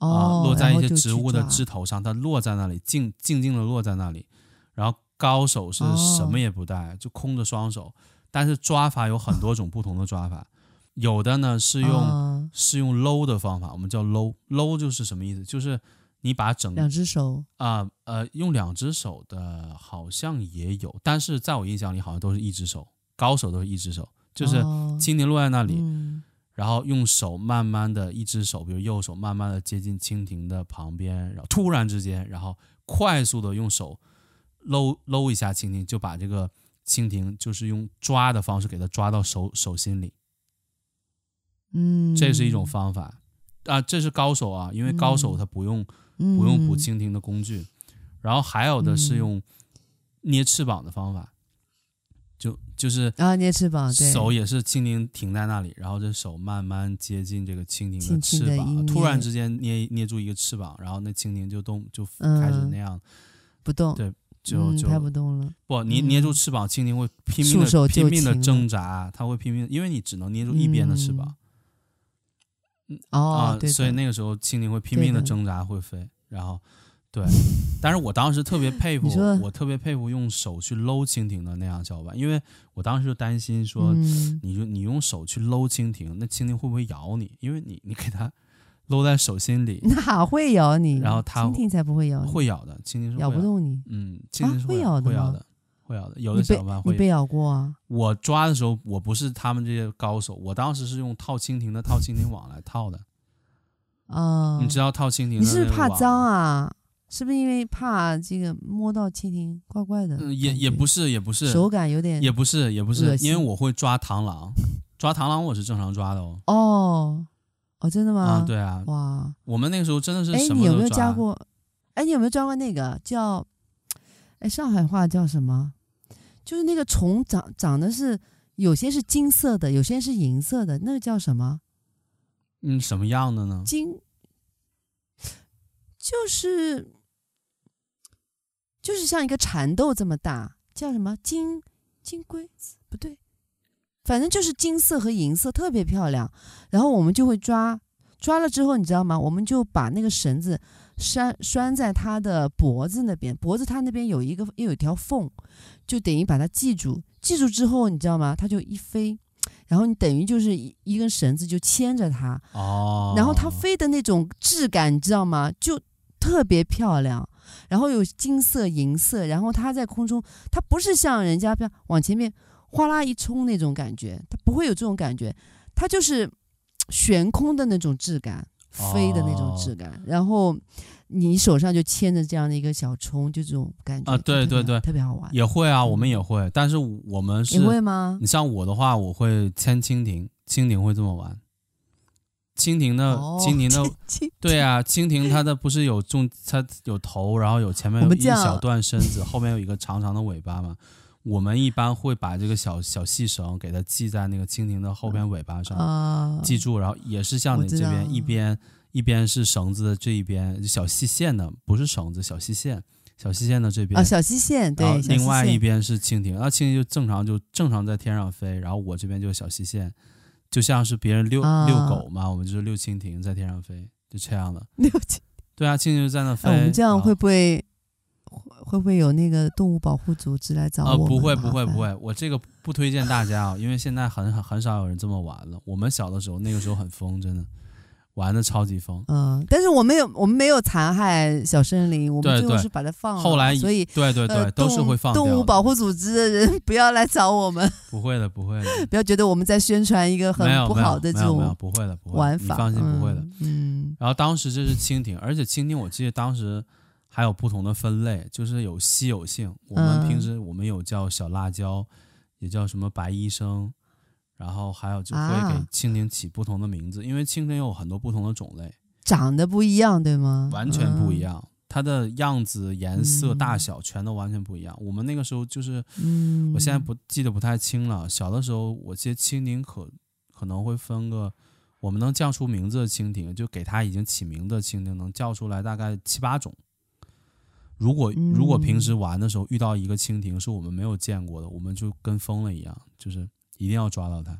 [SPEAKER 1] 啊，，落在
[SPEAKER 2] 然
[SPEAKER 1] 一
[SPEAKER 2] 后
[SPEAKER 1] 些
[SPEAKER 2] 就
[SPEAKER 1] 植
[SPEAKER 2] 去
[SPEAKER 1] 物的
[SPEAKER 2] 抓
[SPEAKER 1] 枝头上，它落在那里，静静静的落在那里。然后高手是什
[SPEAKER 2] 哦
[SPEAKER 1] 么也不带，就空着双手。但是抓法有很多种不同的抓法，有的呢是用、
[SPEAKER 2] 哦
[SPEAKER 1] 是用搂的方法，我们叫搂搂就是什么意思？就是你把整
[SPEAKER 2] 两只手
[SPEAKER 1] 啊呃用两只手的，好像也有，但是在我印象里好像都是一只手，高手都是一只手，就是
[SPEAKER 2] 哦
[SPEAKER 1] 蜻蜓落在那里，
[SPEAKER 2] 嗯
[SPEAKER 1] 然后用手慢慢的，一只手，比如右手，慢慢的接近蜻蜓的旁边，然后突然之间，然后快速的用手搂搂一下蜻蜓，就把这个蜻蜓就是用抓的方式给它抓到手手心里，
[SPEAKER 2] 嗯，
[SPEAKER 1] 这是一种方法啊，这是高手啊，因为高手
[SPEAKER 2] 嗯嗯
[SPEAKER 1] 他不用
[SPEAKER 2] 不
[SPEAKER 1] 不用捕蜻蜓的工具，然后还有的是用捏翅膀的方法，就就是
[SPEAKER 2] 啊，捏翅膀，对，
[SPEAKER 1] 手也是蜻蜓停在那里，然后这手慢慢接近这个蜻蜓的
[SPEAKER 2] 轻轻
[SPEAKER 1] 翅
[SPEAKER 2] 地
[SPEAKER 1] 膀，
[SPEAKER 2] 一
[SPEAKER 1] 突然
[SPEAKER 2] 捏
[SPEAKER 1] 之间捏捏住一个翅膀，然后那蜻蜓就动就开始
[SPEAKER 2] 嗯
[SPEAKER 1] 那样，
[SPEAKER 2] 不动，
[SPEAKER 1] 对就
[SPEAKER 2] 嗯
[SPEAKER 1] 就
[SPEAKER 2] 拍不动了。
[SPEAKER 1] 不你捏住
[SPEAKER 2] 嗯
[SPEAKER 1] 翅膀，蜻蜓会拼
[SPEAKER 2] 束
[SPEAKER 1] 命
[SPEAKER 2] 手
[SPEAKER 1] 的
[SPEAKER 2] 就
[SPEAKER 1] 拼命的
[SPEAKER 2] 擒了嗯
[SPEAKER 1] 挣扎，它会拼命，因为你只能捏住一边的翅膀
[SPEAKER 2] 哦，
[SPEAKER 1] 啊
[SPEAKER 2] 对，的，
[SPEAKER 1] 所以那个时候蜻蜓会拼
[SPEAKER 2] 对
[SPEAKER 1] 命的
[SPEAKER 2] 的
[SPEAKER 1] 挣扎会飞，然后对，但是我当时特别佩服
[SPEAKER 2] 你说，
[SPEAKER 1] 我特别佩服用手去搂蜻蜓的那样小伙伴，因为我当时就担心说。
[SPEAKER 2] 嗯、
[SPEAKER 1] 你就你用手去搂蜻蜓，那蜻蜓会不会咬你？因为你你给它搂在手心里，
[SPEAKER 2] 哪会咬你？
[SPEAKER 1] 然后它
[SPEAKER 2] 蜻蜓才不会咬你，
[SPEAKER 1] 会咬的，蜻蜓是会
[SPEAKER 2] 嗯咬不
[SPEAKER 1] 的。
[SPEAKER 2] 动你。
[SPEAKER 1] 嗯，蜻蜓是
[SPEAKER 2] 会
[SPEAKER 1] 咬
[SPEAKER 2] 咬的
[SPEAKER 1] 会咬
[SPEAKER 2] 吗
[SPEAKER 1] 的，会咬的。有
[SPEAKER 2] 你
[SPEAKER 1] 的
[SPEAKER 2] 被
[SPEAKER 1] 小伙伴
[SPEAKER 2] 你被
[SPEAKER 1] 会。
[SPEAKER 2] 咬过啊？
[SPEAKER 1] 我抓的时候，我不是他们这些高手，我当时是用套蜻蜓的套蜻蜓网来套的。
[SPEAKER 2] 啊、
[SPEAKER 1] 你知道套蜻蜓的
[SPEAKER 2] 你
[SPEAKER 1] 那
[SPEAKER 2] 是不
[SPEAKER 1] 个
[SPEAKER 2] 是怕
[SPEAKER 1] 网
[SPEAKER 2] 脏
[SPEAKER 1] 吗？
[SPEAKER 2] 啊？是不是因为怕这个摸到蜻蜓，怪怪的？
[SPEAKER 1] 嗯，也也不是，也不是，
[SPEAKER 2] 手感有点
[SPEAKER 1] 也不是，也不
[SPEAKER 2] 恶
[SPEAKER 1] 是，因为
[SPEAKER 2] 心
[SPEAKER 1] 我会抓螳螂，抓螳螂我是正常抓的哦。
[SPEAKER 2] 哦哦，真的吗？
[SPEAKER 1] 啊，。对啊，
[SPEAKER 2] 哇，
[SPEAKER 1] 我们那个时候真的是
[SPEAKER 2] 哎，
[SPEAKER 1] 什
[SPEAKER 2] 你
[SPEAKER 1] 么
[SPEAKER 2] 有
[SPEAKER 1] 都
[SPEAKER 2] 没有
[SPEAKER 1] 抓
[SPEAKER 2] 抓。过？哎，你有没有抓过那个叫？哎，上海话叫什么？就是那个虫长长的是有些是金色的，有些是银色的，那个叫什么？
[SPEAKER 1] 嗯，什么样的呢？
[SPEAKER 2] 金，就是就是像一个蚕豆这么大，叫什么金金龟子？不对，反正就是金色和银色，特别漂亮。然后我们就会抓，抓了之后你知道吗？我们就把那个绳子拴拴在它的脖子那边，脖子它那边有一个又有一条缝，就等于把它系住。系住之后，你知道吗？它就一飞，然后你等于就是一一根绳子就牵着它，
[SPEAKER 1] 哦，
[SPEAKER 2] 然后它飞的那种质感，你知道吗？就特别漂亮。然后有金色、银色，然后它在空中，它不是像人家往前面哗啦一冲那种感觉，它不会有这种感觉，它就是悬空的那种质感，飞的那种质感，然后你手上就牵着这样的一个小虫，就这种感觉
[SPEAKER 1] 啊对
[SPEAKER 2] 就特别
[SPEAKER 1] 对对
[SPEAKER 2] 特别好玩。
[SPEAKER 1] 也会啊，我们也会，但是我们是
[SPEAKER 2] 你会吗？
[SPEAKER 1] 你像我的话，我会牵蜻蜓，蜻蜓会这么玩。蜻蜓的，
[SPEAKER 2] 哦
[SPEAKER 1] 蜻 蜓的，
[SPEAKER 2] 亲
[SPEAKER 1] 对啊，蜻蜓它的不是有重，它有头，然后有前面
[SPEAKER 2] 我
[SPEAKER 1] 有
[SPEAKER 2] 们
[SPEAKER 1] 一
[SPEAKER 2] 这样
[SPEAKER 1] 小段身子，后面有一个长长的尾巴嘛。 我们一般会把这个小小细绳给它系在那个蜻蜓的后边尾巴上，
[SPEAKER 2] 啊，
[SPEAKER 1] 记住，然后也是像
[SPEAKER 2] 我
[SPEAKER 1] 你
[SPEAKER 2] 知
[SPEAKER 1] 这边
[SPEAKER 2] 道
[SPEAKER 1] 一边一边是绳子的这一边小细线的，不是绳子，小细线，小细线的这边
[SPEAKER 2] 啊，小西线对
[SPEAKER 1] 然后，
[SPEAKER 2] 小
[SPEAKER 1] 另
[SPEAKER 2] 西
[SPEAKER 1] 外
[SPEAKER 2] 线
[SPEAKER 1] 一边是蜻蜓，那蜻蜓就正常就正常在天上飞，然后我这边就是小细线，就像是别人遛、
[SPEAKER 2] 啊
[SPEAKER 1] 遛狗嘛，我们就是遛蜻蜓在天上飞，就这样的。
[SPEAKER 2] 六七，
[SPEAKER 1] 对啊，蜻蜓就在那飞。啊
[SPEAKER 2] 哎，我们这样
[SPEAKER 1] 然后
[SPEAKER 2] 会不会会会不会有那个动物保护组织来找我
[SPEAKER 1] 呃
[SPEAKER 2] 们？啊
[SPEAKER 1] 不会
[SPEAKER 2] 麻
[SPEAKER 1] 不会
[SPEAKER 2] 烦
[SPEAKER 1] 不，会，我这个不推荐大家啊，因为现在很很很少有人这么玩了。我们小的时候那个时候很疯，真的玩的超级疯。
[SPEAKER 2] 嗯，但是我们有我们没有残害小森林，我
[SPEAKER 1] 对
[SPEAKER 2] 们最后
[SPEAKER 1] 对
[SPEAKER 2] 是把它放了，
[SPEAKER 1] 后来
[SPEAKER 2] 所以。
[SPEAKER 1] 对对对，
[SPEAKER 2] 呃，
[SPEAKER 1] 都是
[SPEAKER 2] 动
[SPEAKER 1] 会放掉的。
[SPEAKER 2] 动物保护组织的人不要来找我们，
[SPEAKER 1] 不会的不会的，
[SPEAKER 2] 不要觉得我们在宣传一个很
[SPEAKER 1] 没有
[SPEAKER 2] 不
[SPEAKER 1] 没有
[SPEAKER 2] 好的
[SPEAKER 1] 没
[SPEAKER 2] 这
[SPEAKER 1] 有没有
[SPEAKER 2] 种
[SPEAKER 1] 不会的不会的，
[SPEAKER 2] 玩
[SPEAKER 1] 你
[SPEAKER 2] 法。
[SPEAKER 1] 放心不会的。
[SPEAKER 2] 嗯，
[SPEAKER 1] 然后当时这是蜻蜓，而且蜻蜓我记得当时还有不同的分类，就是有稀有性。我们
[SPEAKER 2] 嗯
[SPEAKER 1] 平时我们有叫小辣椒，也叫什么白医生，然后还有就会给
[SPEAKER 2] 啊
[SPEAKER 1] 蜻蜓起不同的名字，因为蜻蜓有很多不同的种类，
[SPEAKER 2] 长得不一样，对吗？
[SPEAKER 1] 完全不一
[SPEAKER 2] 嗯。
[SPEAKER 1] 样，它的样子、颜色、
[SPEAKER 2] 嗯
[SPEAKER 1] 大小全都完全不一样。我们那个时候就是，
[SPEAKER 2] 嗯，
[SPEAKER 1] 我现在不记得不太清了，小的时候我记得蜻蜓可可能会分个。我们能叫出名字的蜻蜓，就给它已经起名的蜻蜓，能叫出来大概七八种。如果
[SPEAKER 2] 嗯
[SPEAKER 1] 如果平时玩的时候遇到一个蜻蜓是我们没有见过的，我们就跟疯了一样，就是一定要抓到它，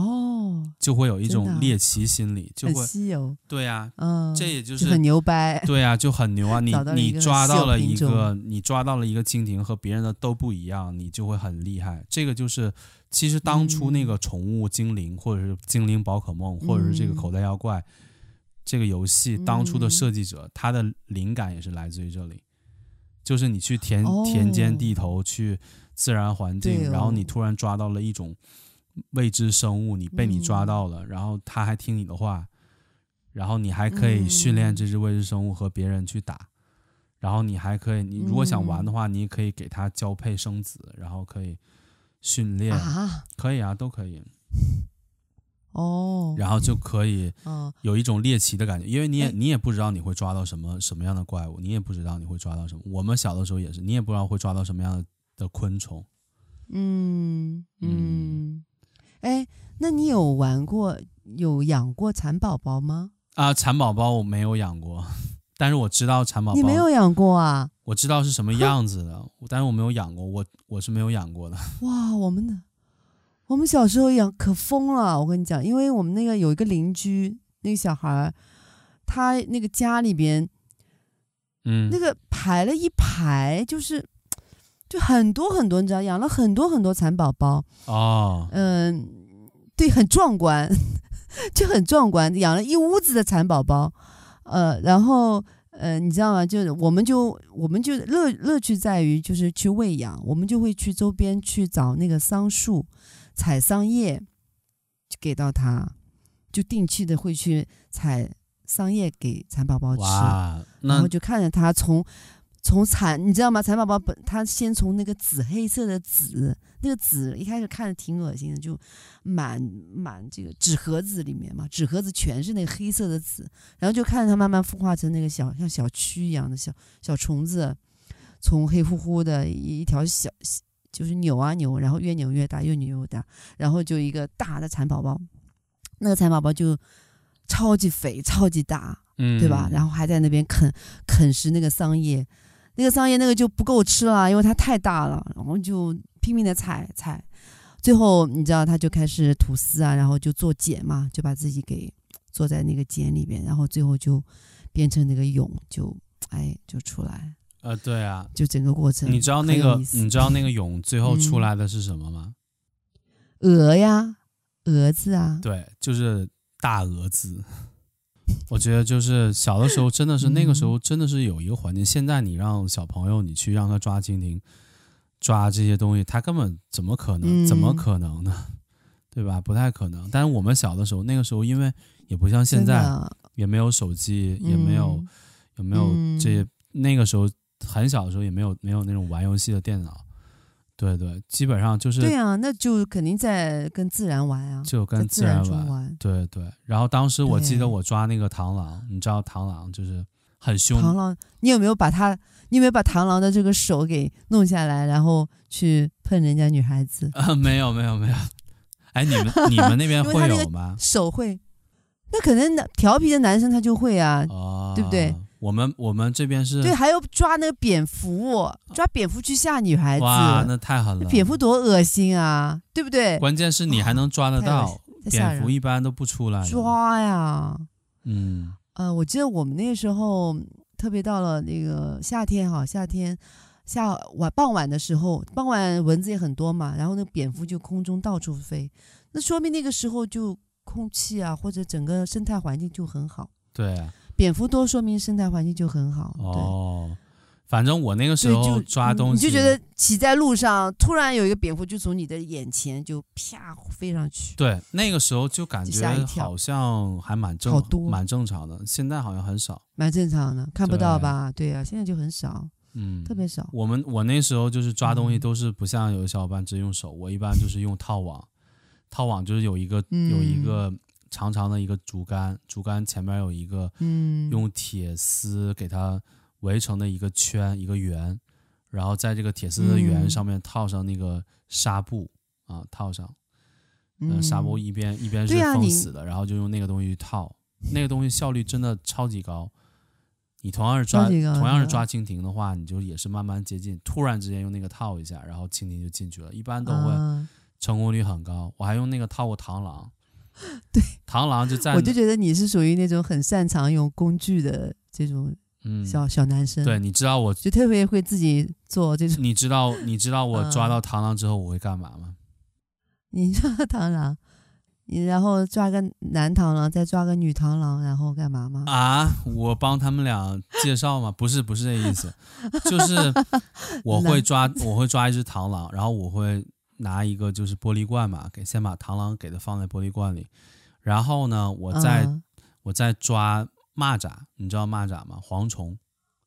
[SPEAKER 2] 哦，
[SPEAKER 1] 就会有一
[SPEAKER 2] 真的
[SPEAKER 1] 种
[SPEAKER 2] 啊
[SPEAKER 1] 猎奇心理，就
[SPEAKER 2] 很
[SPEAKER 1] 会
[SPEAKER 2] 稀有，
[SPEAKER 1] 对呀、
[SPEAKER 2] 嗯，
[SPEAKER 1] 这也就
[SPEAKER 2] 就是很牛掰，
[SPEAKER 1] 对啊，就很牛啊！你
[SPEAKER 2] 找到了一
[SPEAKER 1] 你
[SPEAKER 2] 个
[SPEAKER 1] 抓
[SPEAKER 2] 稀有
[SPEAKER 1] 到了
[SPEAKER 2] 品
[SPEAKER 1] 一
[SPEAKER 2] 种
[SPEAKER 1] 个，你抓到了一个蜻蜓和别人的都不一样，你就会很厉害。这个就是，其实当初那
[SPEAKER 2] 嗯
[SPEAKER 1] 个宠物精灵，或者是精灵宝可梦，或者是这个
[SPEAKER 2] 嗯
[SPEAKER 1] 口袋妖怪，这个游戏当初的
[SPEAKER 2] 嗯
[SPEAKER 1] 设计者，他的灵感也是来自于这里，就是你去田田间
[SPEAKER 2] 哦
[SPEAKER 1] 地头，去自然环
[SPEAKER 2] 对
[SPEAKER 1] 境，然后你
[SPEAKER 2] 哦
[SPEAKER 1] 突然抓到了一种未知生物，你被你抓
[SPEAKER 2] 嗯
[SPEAKER 1] 到了，然后它还听你的话，然后你还可以训练
[SPEAKER 2] 嗯
[SPEAKER 1] 这只未知生物和别人去打，然后你还可以，你如果想玩的
[SPEAKER 2] 嗯
[SPEAKER 1] 话，你可以给它交配生子，然后可以训练，
[SPEAKER 2] 啊，
[SPEAKER 1] 可以啊，都可以，
[SPEAKER 2] 哦，
[SPEAKER 1] 然后就可以
[SPEAKER 2] 嗯，
[SPEAKER 1] 有一种猎奇的感觉，因为你也
[SPEAKER 2] 哎
[SPEAKER 1] 你也不知道你会抓到什么什么样的怪物，你也不知道你会抓到什么。我们小的时候也是，你也不知道会抓到什么样的的昆虫。
[SPEAKER 2] 嗯
[SPEAKER 1] 嗯
[SPEAKER 2] 嗯，哎，那你有玩过有养过蚕宝宝吗？
[SPEAKER 1] 啊，蚕宝宝我没有养过，但是我知道蚕宝
[SPEAKER 2] 你没
[SPEAKER 1] 宝，
[SPEAKER 2] 有养过啊？
[SPEAKER 1] 我知道是什么样子的，但是我没有养过，我我是没有养过的。
[SPEAKER 2] 哇，我们的我们小时候养可疯了，我跟你讲，因为我们那个有一个邻居，那个小孩儿，他那个家里边
[SPEAKER 1] 嗯，
[SPEAKER 2] 那个排了一排，就是就很多很多，你知道，养了很多很多蚕宝宝，
[SPEAKER 1] 哦，
[SPEAKER 2] 嗯，对，很壮观， 就很壮观，养了一屋子的蚕宝宝，呃，然后呃，你知道吗？就是我们就我们就乐乐趣在于就是去喂养，我们就会去周边去找那个桑树，采桑叶，就给到它，就定期的会去采桑叶给蚕宝宝吃。
[SPEAKER 1] 哇，
[SPEAKER 2] 然
[SPEAKER 1] 那
[SPEAKER 2] 后就看着它从从蚕，你知道吗？蚕宝宝本它先从那个紫黑色的籽，那个籽一开始看着挺恶心的，就满满这个纸盒子里面嘛，纸盒子全是那个黑色的籽，然后就看着它慢慢孵化成那个小像小蛆一样的小小虫子，从黑乎乎的一一条小就是扭啊扭，然后越扭越大，越扭越大，然后就一个大的蚕宝宝，那个蚕宝宝就超级肥，超级大，
[SPEAKER 1] 嗯，
[SPEAKER 2] 对吧？然后还在那边啃啃食那个桑叶，那个桑叶那个就不够吃了，因为它太大了，然后就拼命的采采，最后你知道它就开始吐丝啊，然后就做茧嘛，就把自己给坐在那个茧里边，然后最后就变成那个蛹，就哎就出来，
[SPEAKER 1] 呃，对啊，
[SPEAKER 2] 就整个过程
[SPEAKER 1] 你知道
[SPEAKER 2] 很
[SPEAKER 1] 那
[SPEAKER 2] 有
[SPEAKER 1] 个嗯
[SPEAKER 2] 意思
[SPEAKER 1] 你知道那个蛹最后出
[SPEAKER 2] 嗯
[SPEAKER 1] 来的是什么吗？
[SPEAKER 2] 蛾呀蛾子啊，
[SPEAKER 1] 对，就是大蛾子。我觉得就是小的时候，真的是那个时
[SPEAKER 2] 嗯
[SPEAKER 1] 候真的是有一个环境。现在你让小朋友你去让他抓蜻蜓，抓这些东西，他根本怎么可能？怎么
[SPEAKER 2] 嗯
[SPEAKER 1] 可能呢？对吧？不太可能。但是我们小的时候，那个时候因为也不像现在，也没有手机，也没有、也没有
[SPEAKER 2] 嗯
[SPEAKER 1] 这些。那个时候很小的时候也没有没有那种玩游戏的电脑，对对，基本上就是
[SPEAKER 2] 对啊，那就肯定在跟自然玩啊，
[SPEAKER 1] 就
[SPEAKER 2] 在
[SPEAKER 1] 跟
[SPEAKER 2] 自
[SPEAKER 1] 自然
[SPEAKER 2] 中
[SPEAKER 1] 玩。
[SPEAKER 2] 玩。
[SPEAKER 1] 对对，然后当时我记
[SPEAKER 2] 对
[SPEAKER 1] 得我抓那个螳螂，你知道螳螂就是很凶，
[SPEAKER 2] 螳螂，你有没有把它？你有没有把螳螂的这个手给弄下来，然后去碰人家女孩子？
[SPEAKER 1] 啊， 没有没有没有。哎， 你们你们那边
[SPEAKER 2] 因为他
[SPEAKER 1] 会
[SPEAKER 2] 那个
[SPEAKER 1] 有 吗？
[SPEAKER 2] 手会？那可能男调皮的男生他就会啊。
[SPEAKER 1] 哦，
[SPEAKER 2] 对不对？
[SPEAKER 1] 我们我们这边是
[SPEAKER 2] 对，还有抓那个蝙蝠，抓蝙蝠去吓女孩子，
[SPEAKER 1] 哇，那太狠了。
[SPEAKER 2] 蝙蝠多恶心啊，对不对？
[SPEAKER 1] 关键是你还能抓得
[SPEAKER 2] 太恶
[SPEAKER 1] 到
[SPEAKER 2] 心，太吓
[SPEAKER 1] 蝙
[SPEAKER 2] 人
[SPEAKER 1] 蝠一般都不出来的。
[SPEAKER 2] 抓呀！
[SPEAKER 1] 嗯，
[SPEAKER 2] 呃，我记得我们那时候，特别到了那个夏天哈，夏天下晚傍晚的时候，傍晚蚊子也很多嘛，然后那个蝙蝠就空中到处飞，那说明那个时候就空气啊或者整个生态环境就很好，
[SPEAKER 1] 对，啊
[SPEAKER 2] 蝙蝠多说明生态环境就很好，对。
[SPEAKER 1] 哦，反正我那个时
[SPEAKER 2] 对，
[SPEAKER 1] 候
[SPEAKER 2] 就
[SPEAKER 1] 抓
[SPEAKER 2] 你
[SPEAKER 1] 东西，
[SPEAKER 2] 你就觉得骑在路上，突然有一个蝙蝠就从你的眼前就啪飞上去，
[SPEAKER 1] 对那个时候就感
[SPEAKER 2] 就
[SPEAKER 1] 觉
[SPEAKER 2] 吓一跳
[SPEAKER 1] 好像还蛮正
[SPEAKER 2] 好多
[SPEAKER 1] 蛮正常的，现在好像很少。
[SPEAKER 2] 蛮正常的，看不
[SPEAKER 1] 对
[SPEAKER 2] 到吧？对啊，现在就很少，
[SPEAKER 1] 嗯，
[SPEAKER 2] 特别少。
[SPEAKER 1] 我们我那时候就是抓东西
[SPEAKER 2] 嗯
[SPEAKER 1] 都是不像有的小伙伴只用手，我一般就是用套网，套网就是有一个、有一
[SPEAKER 2] 嗯
[SPEAKER 1] 个长长的一个竹竿，竹竿前面有一个
[SPEAKER 2] 嗯，
[SPEAKER 1] 用铁丝给它围成的一个圈一个圆，然后在这个铁丝的圆
[SPEAKER 2] 嗯
[SPEAKER 1] 上面套上那个纱布啊，套上，呃，
[SPEAKER 2] 嗯
[SPEAKER 1] 纱布一边一边是
[SPEAKER 2] 对呀
[SPEAKER 1] 封
[SPEAKER 2] 你
[SPEAKER 1] 死的，然后就用那个东西去套，那个东西效率真的超级高。你同样是抓
[SPEAKER 2] 超级高
[SPEAKER 1] 同样是
[SPEAKER 2] 是吧
[SPEAKER 1] 抓蜻蜓的话，你就也是慢慢接近，突然之间用那个套一下，然后蜻蜓就进去了，一般都会
[SPEAKER 2] 啊
[SPEAKER 1] 成功率很高。我还用那个套过螳螂，
[SPEAKER 2] 对，
[SPEAKER 1] 螳螂就在
[SPEAKER 2] 我
[SPEAKER 1] 那
[SPEAKER 2] 就觉得你是属于那种很擅长用工具的这种
[SPEAKER 1] 嗯，
[SPEAKER 2] 小、小男生，
[SPEAKER 1] 对，，你知道我
[SPEAKER 2] 就特别会自己做这种。
[SPEAKER 1] 你知道你知道我抓
[SPEAKER 2] 嗯
[SPEAKER 1] 到螳螂之后我会干嘛吗？
[SPEAKER 2] 你抓个螳螂，你然后抓个男螳螂，再抓个女螳螂，然后干嘛吗？
[SPEAKER 1] 啊，我帮他们俩介绍吗？不 是，不是这意 思，就是我会抓，我会抓一只螳螂，然后我会拿一个就是玻璃罐嘛，给先把螳螂给它放在玻璃罐里，然后呢，我再、
[SPEAKER 2] 嗯
[SPEAKER 1] 我再抓蚂蚱，你知道蚂蚱吗？蝗虫，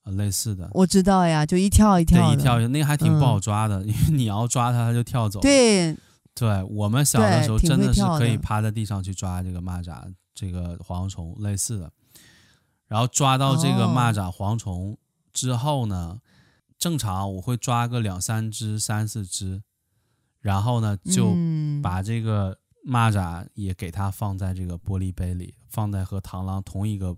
[SPEAKER 1] 呃，类似的，
[SPEAKER 2] 我知道呀，就一跳一跳
[SPEAKER 1] 对，
[SPEAKER 2] 的，
[SPEAKER 1] 一跳那个还挺不
[SPEAKER 2] 嗯
[SPEAKER 1] 好抓的，因为你要抓它，它就跳走了。
[SPEAKER 2] 对，
[SPEAKER 1] 对我们小的
[SPEAKER 2] 对
[SPEAKER 1] 时候
[SPEAKER 2] 挺
[SPEAKER 1] 真
[SPEAKER 2] 会
[SPEAKER 1] 的是
[SPEAKER 2] 跳
[SPEAKER 1] 可以
[SPEAKER 2] 的
[SPEAKER 1] 趴在地上去抓这个蚂蚱、这个蝗虫类似的，然后抓到这个蚂蚱、
[SPEAKER 2] 哦
[SPEAKER 1] 蝗虫之后呢，正常我会抓个两三只、三四只，然后呢就
[SPEAKER 2] 嗯
[SPEAKER 1] 把这个蚂蚱也给它放在这个玻璃杯里，放在和螳螂同一个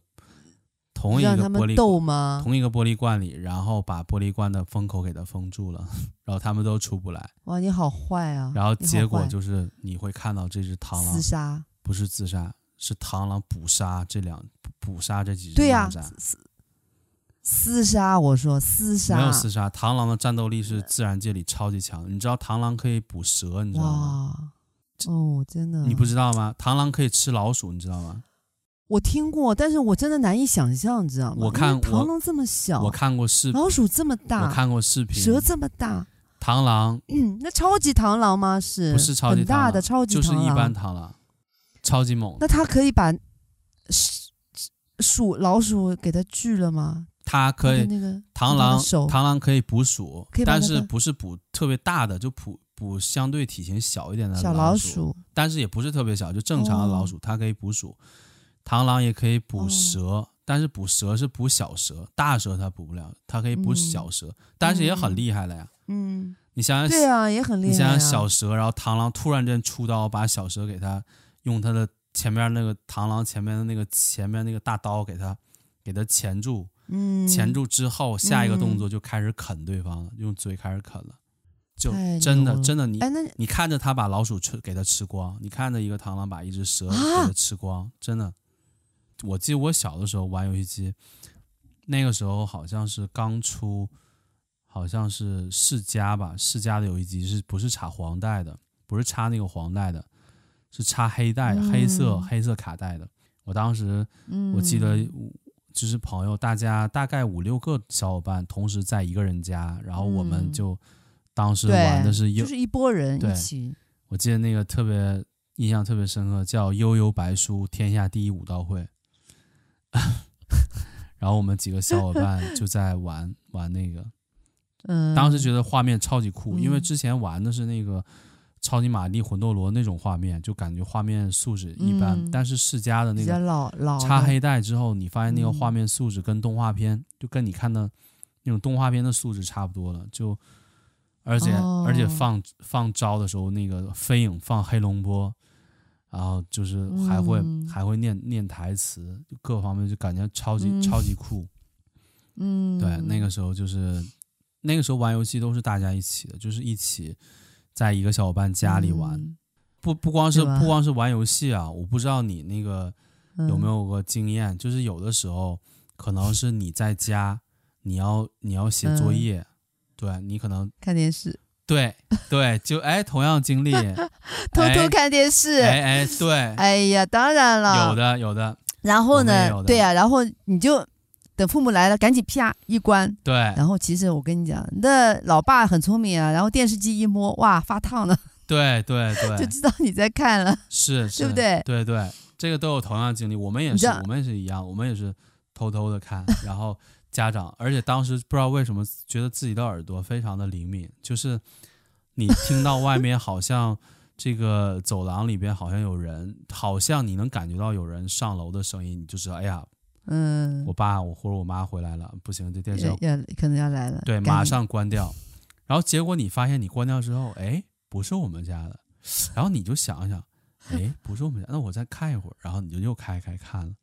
[SPEAKER 1] 同一
[SPEAKER 2] 让
[SPEAKER 1] 个
[SPEAKER 2] 他
[SPEAKER 1] 玻
[SPEAKER 2] 们
[SPEAKER 1] 璃
[SPEAKER 2] 斗吗？
[SPEAKER 1] 同一个玻璃罐里，然后把玻璃罐的封口给它封住了， 然后它们都出不来。
[SPEAKER 2] 哇，你好坏啊！
[SPEAKER 1] 然后
[SPEAKER 2] 你好
[SPEAKER 1] 结果
[SPEAKER 2] 坏
[SPEAKER 1] 就是你会看到这只螳
[SPEAKER 2] 厮
[SPEAKER 1] 螂
[SPEAKER 2] 杀，
[SPEAKER 1] 不是自杀，是螳螂捕杀这两捕捕杀这几只
[SPEAKER 2] 对呀、
[SPEAKER 1] 蚂蚱，
[SPEAKER 2] 厮厮杀，我说厮杀，
[SPEAKER 1] 没有厮杀。螳螂的战斗力是自然界里超级强，你知道螳螂可以捕蛇，你知道吗？
[SPEAKER 2] 哇，哦，真的，
[SPEAKER 1] 你不知道吗？螳螂可以吃老鼠，你知道吗？
[SPEAKER 2] 我听过，但是我真的难以想象，你知道吗？
[SPEAKER 1] 我看
[SPEAKER 2] 因为螳
[SPEAKER 1] 我
[SPEAKER 2] 螂这么小，
[SPEAKER 1] 我看过视频，
[SPEAKER 2] 老鼠这么
[SPEAKER 1] 我
[SPEAKER 2] 大，
[SPEAKER 1] 看过视频，
[SPEAKER 2] 蛇这么大，
[SPEAKER 1] 螳螂
[SPEAKER 2] 嗯，那超级螳螂吗？是
[SPEAKER 1] 不是超级
[SPEAKER 2] 很
[SPEAKER 1] 螳螂
[SPEAKER 2] 大的超级
[SPEAKER 1] 就
[SPEAKER 2] 螳
[SPEAKER 1] 是
[SPEAKER 2] 螂？
[SPEAKER 1] 一般螳螂，超级猛的。
[SPEAKER 2] 那它可以把鼠鼠老鼠给它锯了吗？
[SPEAKER 1] 它
[SPEAKER 2] 它
[SPEAKER 1] 可
[SPEAKER 2] 的
[SPEAKER 1] 以
[SPEAKER 2] 那个
[SPEAKER 1] 螳
[SPEAKER 2] 它
[SPEAKER 1] 螂
[SPEAKER 2] 的手
[SPEAKER 1] 螳螂可以捕鼠
[SPEAKER 2] 可以，把
[SPEAKER 1] 但
[SPEAKER 2] 它
[SPEAKER 1] 是
[SPEAKER 2] 的
[SPEAKER 1] 不是捕特别大的，就捕捕相对体型小一点的
[SPEAKER 2] 小
[SPEAKER 1] 老
[SPEAKER 2] 老鼠，
[SPEAKER 1] 但是也不是特别小，就正常的老鼠，它可以捕鼠。螳螂也可以捕
[SPEAKER 2] 哦
[SPEAKER 1] 蛇，但是捕蛇是捕小蛇，大蛇它捕不了，它可以捕
[SPEAKER 2] 嗯
[SPEAKER 1] 小蛇，但是也很厉害了呀。
[SPEAKER 2] 嗯，
[SPEAKER 1] 你想想，
[SPEAKER 2] 对啊，也很厉
[SPEAKER 1] 你
[SPEAKER 2] 害、啊。
[SPEAKER 1] 想想小蛇，然后螳螂突然间出刀，把小蛇给它用它的前面那个螳螂前面的那个前面那个大刀给它给它钳住，
[SPEAKER 2] 嗯，
[SPEAKER 1] 钳住之后，下一个动
[SPEAKER 2] 嗯
[SPEAKER 1] 作就开始啃对方了，用嘴开始啃了，就
[SPEAKER 2] 太
[SPEAKER 1] 真
[SPEAKER 2] 牛
[SPEAKER 1] 的
[SPEAKER 2] 了
[SPEAKER 1] 真的你
[SPEAKER 2] 哎，那
[SPEAKER 1] 你看着他把老鼠吃给它吃光，你看着一个螳螂把一只蛇给
[SPEAKER 2] 啊
[SPEAKER 1] 它吃光，真的。我记得我小的时候玩游戏机，那个时候好像是刚出，好像是世嘉吧，世嘉的游戏机是不是插黄带的？不是插那个黄带的，是插黑带的，黑色
[SPEAKER 2] 嗯
[SPEAKER 1] 黑色卡带的。我当时
[SPEAKER 2] 嗯，
[SPEAKER 1] 我记得就是朋友，大家大概五六个小伙伴同时在一个人家，然后我们
[SPEAKER 2] 嗯
[SPEAKER 1] 就当时
[SPEAKER 2] 对
[SPEAKER 1] 玩的是英
[SPEAKER 2] 就是一拨人
[SPEAKER 1] 对
[SPEAKER 2] 一起，
[SPEAKER 1] 我记得那个特别印象特别深刻，叫《悠悠白书天下第一武道会》， 然后我们几个小伙伴就在玩玩那个，
[SPEAKER 2] 嗯，
[SPEAKER 1] 当时觉得画面超级酷，因为
[SPEAKER 2] 嗯
[SPEAKER 1] 之前玩的是那个超级玛丽、魂斗罗那种画面，就感觉画面素质一般，
[SPEAKER 2] 嗯
[SPEAKER 1] 但是世嘉的那
[SPEAKER 2] 比较
[SPEAKER 1] 个
[SPEAKER 2] 老老
[SPEAKER 1] 插
[SPEAKER 2] 的
[SPEAKER 1] 黑带之后，你发现那个
[SPEAKER 2] 哦嗯
[SPEAKER 1] 画面素质跟动画片、就跟你看的那种动画片的素质差不多了，就而且、
[SPEAKER 2] 哦
[SPEAKER 1] 而且放放招的时候，那个飞影放黑龙波，然后就是还会、
[SPEAKER 2] 嗯
[SPEAKER 1] 还会念念台词，就各方面就感觉超级、
[SPEAKER 2] 嗯
[SPEAKER 1] 超级酷。
[SPEAKER 2] 嗯，
[SPEAKER 1] 对，那个时候就是那个时候玩游戏都是大家一起的，就是一起在一个小伙伴家里玩，
[SPEAKER 2] 嗯
[SPEAKER 1] 不不光是
[SPEAKER 2] 对吧
[SPEAKER 1] 不光是玩游戏啊，我不知道你那个。
[SPEAKER 2] 嗯
[SPEAKER 1] 有没有过经验？就是有的时候，可能是你在家，你要你要写作
[SPEAKER 2] 嗯
[SPEAKER 1] 业，对你可能
[SPEAKER 2] 看电视，
[SPEAKER 1] 对对，就哎同样经历，
[SPEAKER 2] 偷
[SPEAKER 1] 哎
[SPEAKER 2] 偷看电视？
[SPEAKER 1] 哎哎对，
[SPEAKER 2] 哎呀，当然了，
[SPEAKER 1] 有的有的
[SPEAKER 2] 然
[SPEAKER 1] 我
[SPEAKER 2] 后
[SPEAKER 1] 们也
[SPEAKER 2] 呢
[SPEAKER 1] 有的，
[SPEAKER 2] 对呀、啊然后你就等父母来了，赶紧啪一关。
[SPEAKER 1] 对
[SPEAKER 2] 然后其实我跟你讲，那老爸很聪明啊，然后电视机一摸，哇，发烫了，
[SPEAKER 1] 对对
[SPEAKER 2] 就
[SPEAKER 1] 对，
[SPEAKER 2] 知道你在看了。
[SPEAKER 1] 是哎 是，
[SPEAKER 2] 对不对
[SPEAKER 1] 对对，这个都有同样经历，我们也
[SPEAKER 2] 你
[SPEAKER 1] 是
[SPEAKER 2] 知道
[SPEAKER 1] 我们也是一样，我们也是偷偷的看，然后家长，而且当时不知道为什么觉得自己的耳朵非常的灵敏，就是你听到外面好像这个走廊里边好像有人，好像你能感觉到有人上楼的声音，你就知道，哎呀，
[SPEAKER 2] 嗯
[SPEAKER 1] 我，爸我或者我妈回来了，不行，这电视要
[SPEAKER 2] 要要可能要来了。
[SPEAKER 1] 对，
[SPEAKER 2] 赶
[SPEAKER 1] 马
[SPEAKER 2] 紧
[SPEAKER 1] 上关掉。然后结果你发现你关掉之后，哎，不是我们家的。然后你就想一想，哎，不是我们家，那我再看一会儿。然后你就又开开看了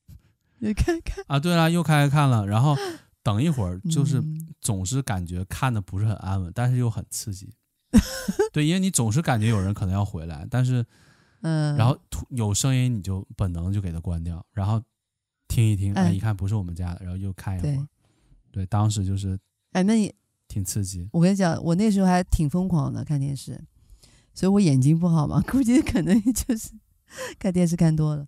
[SPEAKER 2] 你 看看，
[SPEAKER 1] 啊，对了，又开开看了。然后等一会儿，就是
[SPEAKER 2] 嗯
[SPEAKER 1] 总是感觉看的不是很安稳，但是又很刺激。对，因为你总是感觉有人可能要回来，但是
[SPEAKER 2] 嗯，
[SPEAKER 1] 然后突有声音你就本能就给它关掉，然后听一听，哎，
[SPEAKER 2] 嗯
[SPEAKER 1] 一看不是我们家的，然后又看一会
[SPEAKER 2] 对
[SPEAKER 1] 儿。对，当时就是
[SPEAKER 2] 哎，那你
[SPEAKER 1] 挺刺激。
[SPEAKER 2] 我跟你讲，我那时候还挺疯狂的看电视，所以我眼睛不好嘛， 估计可能就是看电视看多了，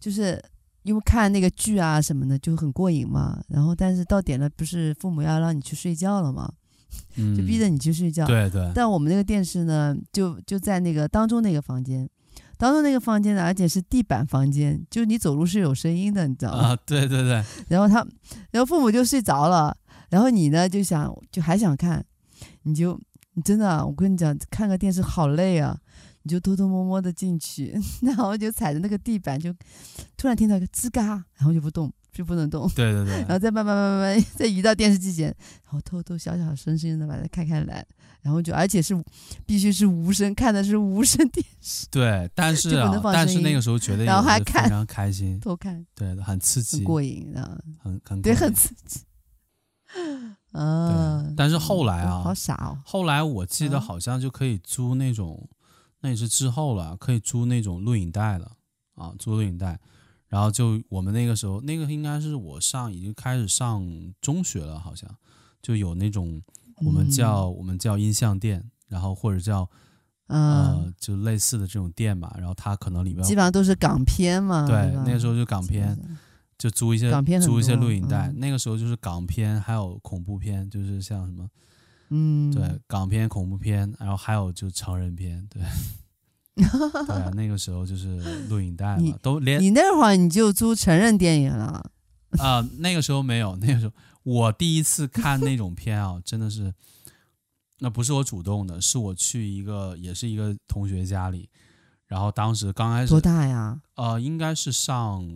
[SPEAKER 2] 就是因为看那个剧啊什么的就很过瘾嘛。然后但是到点了，不是父母要让你去睡觉了嘛，
[SPEAKER 1] 嗯，
[SPEAKER 2] 就逼着你去睡觉。
[SPEAKER 1] 对对，
[SPEAKER 2] 但我们那个电视呢，就就在那个当中那个房间，当中那个房间呢，而且是地板房间，就是你走路是有声音的，你知道吗？
[SPEAKER 1] 啊，对对对，
[SPEAKER 2] 然后他，然后父母就睡着了，然后你呢就想就还想看，你就你真的啊，我跟你讲，看个电视好累啊，你就偷偷摸摸的进去， 然后就踩着那个地板，就突然听到一个吱嘎，然后就不动，就不能动，
[SPEAKER 1] 对对对，
[SPEAKER 2] 然后再慢慢慢慢慢慢再移到电视机前，然后偷偷小小声声的把它开开来，然后就而且是必须是无声，看的是无声电视，
[SPEAKER 1] 对，但是
[SPEAKER 2] 就不
[SPEAKER 1] 啊
[SPEAKER 2] 能，放
[SPEAKER 1] 但
[SPEAKER 2] 声
[SPEAKER 1] 是那
[SPEAKER 2] 音
[SPEAKER 1] 个时候觉得
[SPEAKER 2] 然后
[SPEAKER 1] 也
[SPEAKER 2] 还
[SPEAKER 1] 是非
[SPEAKER 2] 看
[SPEAKER 1] 常开心，
[SPEAKER 2] 偷看
[SPEAKER 1] 对，很刺
[SPEAKER 2] 很
[SPEAKER 1] 激，
[SPEAKER 2] 过瘾的，
[SPEAKER 1] 很很
[SPEAKER 2] 对，
[SPEAKER 1] 过
[SPEAKER 2] 很
[SPEAKER 1] 瘾
[SPEAKER 2] 刺激。啊！
[SPEAKER 1] 但是后来啊
[SPEAKER 2] 好傻哦，
[SPEAKER 1] 后来我记得
[SPEAKER 2] 啊
[SPEAKER 1] 好像就可以租那种，那也是之后了，可以租那种录影带了啊，租录影带。然后就我们那个时候，那个应该是我上已经开始上中学了，好像就有那种我们
[SPEAKER 2] 嗯
[SPEAKER 1] 叫、我们叫音像店，然后或者叫
[SPEAKER 2] 嗯，
[SPEAKER 1] 呃就类似的这种店吧。然后它可能里边
[SPEAKER 2] 基本上都是港片嘛，
[SPEAKER 1] 呃对
[SPEAKER 2] 吧
[SPEAKER 1] 那个时候就港片，就租一些
[SPEAKER 2] 港片很
[SPEAKER 1] 租一些
[SPEAKER 2] 多
[SPEAKER 1] 录影带、
[SPEAKER 2] 嗯
[SPEAKER 1] 那个时候就是港片，还有恐怖片，就是像什么、
[SPEAKER 2] 嗯，
[SPEAKER 1] 对港片、恐怖片，然后还有就成人片， 对对啊，那个时候就是录影带
[SPEAKER 2] 你
[SPEAKER 1] 嘛，都连
[SPEAKER 2] 你那会儿你就租成人电影了，
[SPEAKER 1] 啊、那个时候没有，那个时候我第一次看那种片啊，真的是，那不是我主动的，是我去一个也是一个同学家里，然后当时刚开始
[SPEAKER 2] 多大呀？
[SPEAKER 1] 呃，应该是上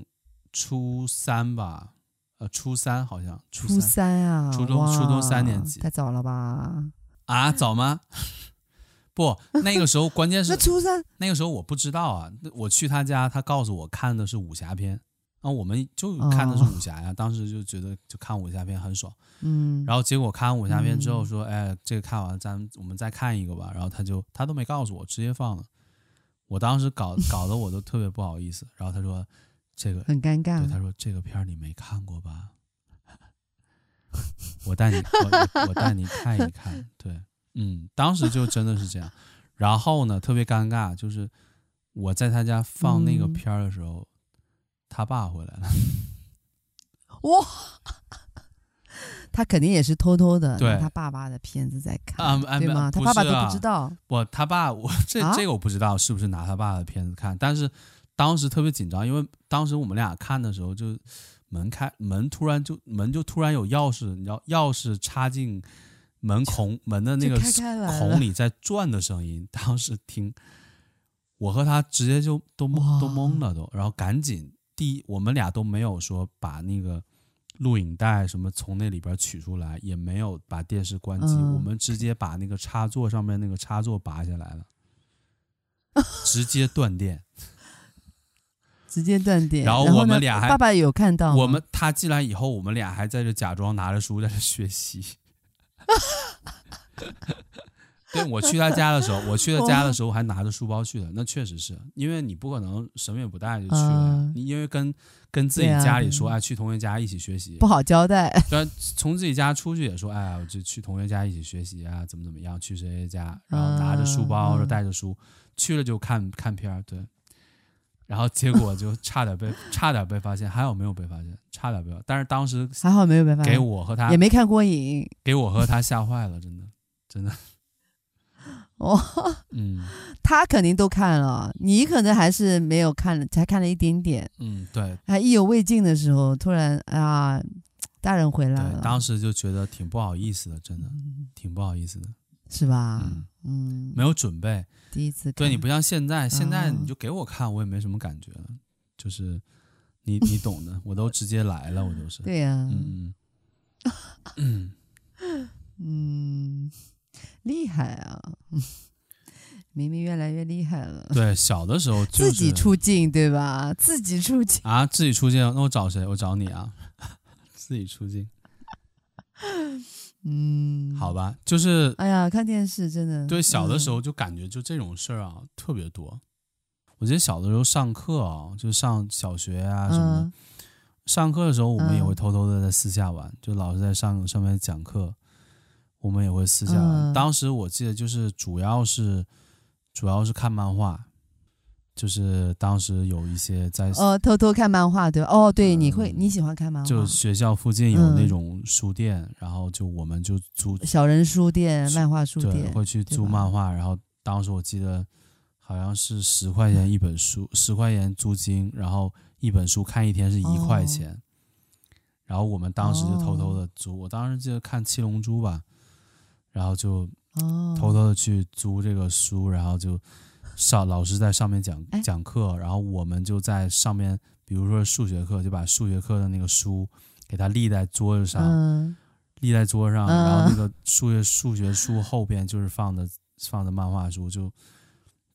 [SPEAKER 1] 初三吧，呃，初三好像初
[SPEAKER 2] 初
[SPEAKER 1] 三
[SPEAKER 2] 三啊，
[SPEAKER 1] 初中
[SPEAKER 2] 哇
[SPEAKER 1] 初中三年级
[SPEAKER 2] 太早了吧？
[SPEAKER 1] 啊，早吗？ 不，那个时候关键
[SPEAKER 2] 那
[SPEAKER 1] 是
[SPEAKER 2] 初三
[SPEAKER 1] 那个时候我不知道啊，那我去他家，他告诉我看的是武侠片，啊，我们就看的是武侠呀、当时就觉得就看武侠片很爽，
[SPEAKER 2] 哦嗯，
[SPEAKER 1] 然后结果看完武侠片之后
[SPEAKER 2] 嗯
[SPEAKER 1] 说，哎，这个看完咱们我们再看一个吧，然后他就他都没告诉我，直接放了，我当时搞搞得我都特别不好意思，然后他说这个，
[SPEAKER 2] 很尴尬
[SPEAKER 1] 对，，他说这个片儿你没看过吧？ 我带你，哦我我我带你看一看。对，嗯，当时就真的是这样。然后呢，特别尴尬，就是我在他家放那个
[SPEAKER 2] 嗯
[SPEAKER 1] 片儿的时候， 他爸回来了。
[SPEAKER 2] 哇，他肯定也是偷偷的
[SPEAKER 1] 对
[SPEAKER 2] 拿他爸爸的片子在看，
[SPEAKER 1] 啊啊
[SPEAKER 2] 对吗？
[SPEAKER 1] 不
[SPEAKER 2] 他爸爸
[SPEAKER 1] 是
[SPEAKER 2] 都
[SPEAKER 1] 啊
[SPEAKER 2] 不知道，
[SPEAKER 1] 我他爸，我这
[SPEAKER 2] 啊
[SPEAKER 1] 这个我不知道是不是拿他爸的片子看，但是当时特别紧张，因为当时我们俩看的时候就门开门突然就门就突然有钥匙，你知道钥匙插进门孔门的那
[SPEAKER 2] 就
[SPEAKER 1] 个
[SPEAKER 2] 开开来了
[SPEAKER 1] 孔。里在转的声音，当时听我和他直接就都懵
[SPEAKER 2] 哇
[SPEAKER 1] 都懵了都，然后赶紧第一我们俩都没有说把那个录影带什么从那里边取出来，也没有把电视关机，
[SPEAKER 2] 嗯
[SPEAKER 1] 我们直接把那个插座上面那个插座拔下来了，直接断电。
[SPEAKER 2] 直接断电。
[SPEAKER 1] 然后我们
[SPEAKER 2] 呢
[SPEAKER 1] 俩还
[SPEAKER 2] 爸爸有看到吗
[SPEAKER 1] 我们他进来以后，我们俩还在这假装拿着书在这学习。 对，我去他家的时候，我去他家的时候还拿着书包去的，那确实是因为你不可能什么也不带就去了呀，
[SPEAKER 2] 啊
[SPEAKER 1] 你因为跟跟自己
[SPEAKER 2] 对啊
[SPEAKER 1] 家里
[SPEAKER 2] 对
[SPEAKER 1] 说，哎，去同学家一起学习
[SPEAKER 2] 不，好交代，
[SPEAKER 1] 对啊，从自己家出去也说，哎呀，我就去同学家一起学习啊，怎么怎么样，去谁谁家，然后拿着书包，
[SPEAKER 2] 嗯
[SPEAKER 1] 然后带着书，去了就看看片儿，对。然后结果就差点被差点被发现，还好没有被发现，差点被发现。但是当时
[SPEAKER 2] 还好没有办法，
[SPEAKER 1] 给我和他
[SPEAKER 2] 哎也没看过瘾。
[SPEAKER 1] 给我和他吓坏了，真的真的，
[SPEAKER 2] 哦，
[SPEAKER 1] 嗯
[SPEAKER 2] 他肯定都看了，你可能还是没有看，才看了一点点，
[SPEAKER 1] 嗯，对
[SPEAKER 2] 还意犹未尽的时候，突然啊，大人回来
[SPEAKER 1] 对，
[SPEAKER 2] 了，
[SPEAKER 1] 当时就觉得挺不好意思的，真的
[SPEAKER 2] 嗯
[SPEAKER 1] 挺不好意思的，
[SPEAKER 2] 是吧
[SPEAKER 1] 嗯？
[SPEAKER 2] 嗯，
[SPEAKER 1] 没有准备。
[SPEAKER 2] 第一次看，
[SPEAKER 1] 对你不像现在，现在你
[SPEAKER 2] 嗯
[SPEAKER 1] 就给我看，我也没什么感觉了，就是 你你懂的，我都直接来了，我都是。
[SPEAKER 2] 对呀、啊
[SPEAKER 1] 嗯嗯嗯，
[SPEAKER 2] 嗯，厉害啊，明明越来越厉害了。
[SPEAKER 1] 对，小的时候就是
[SPEAKER 2] 自己出镜对吧？自己出镜，
[SPEAKER 1] 啊，自己出镜，那我找谁？我找你啊， 自己出镜，
[SPEAKER 2] 嗯，
[SPEAKER 1] 好。吧？就是
[SPEAKER 2] 哎呀，看电视真的。
[SPEAKER 1] 对小的时
[SPEAKER 2] 嗯
[SPEAKER 1] 候就感觉就这种事儿啊特别多。我记得小的时候上课啊，就上小学啊什么的，
[SPEAKER 2] 嗯
[SPEAKER 1] 上课的时候，我们也
[SPEAKER 2] 嗯
[SPEAKER 1] 会偷偷的在私下玩，就老师在上上面讲课，我们也会私下玩。
[SPEAKER 2] 嗯
[SPEAKER 1] 当时我记得就是主要是主要是看漫画，就是当时有一些在、
[SPEAKER 2] 哦，偷偷看漫画对吧？哦，对，你会
[SPEAKER 1] 嗯
[SPEAKER 2] 你喜欢看漫画？
[SPEAKER 1] 就学校附近有
[SPEAKER 2] 嗯
[SPEAKER 1] 那种书店，然后就我们就租
[SPEAKER 2] 小人书店、
[SPEAKER 1] 是
[SPEAKER 2] 漫画书
[SPEAKER 1] 对
[SPEAKER 2] 店。
[SPEAKER 1] 会去
[SPEAKER 2] 对
[SPEAKER 1] 租
[SPEAKER 2] 吧
[SPEAKER 1] 漫画，然后当时我记得好像是十块钱一本书，十块钱租金，然后一本书看一天是一块
[SPEAKER 2] 哦
[SPEAKER 1] 钱。然后我们当时就偷偷
[SPEAKER 2] 哦
[SPEAKER 1] 的租，我当时记得看《七龙珠》吧，然后就
[SPEAKER 2] 哦，
[SPEAKER 1] 偷偷的去租这个书，然后就上老师在上面讲
[SPEAKER 2] 哎
[SPEAKER 1] 讲课，然后我们就在上面，比如说数学课，就把数学课的那个书给它立在桌子上，
[SPEAKER 2] 嗯，
[SPEAKER 1] 立在桌上，然后那
[SPEAKER 2] 嗯
[SPEAKER 1] 个数学数学书后边就是放的放的漫画书，就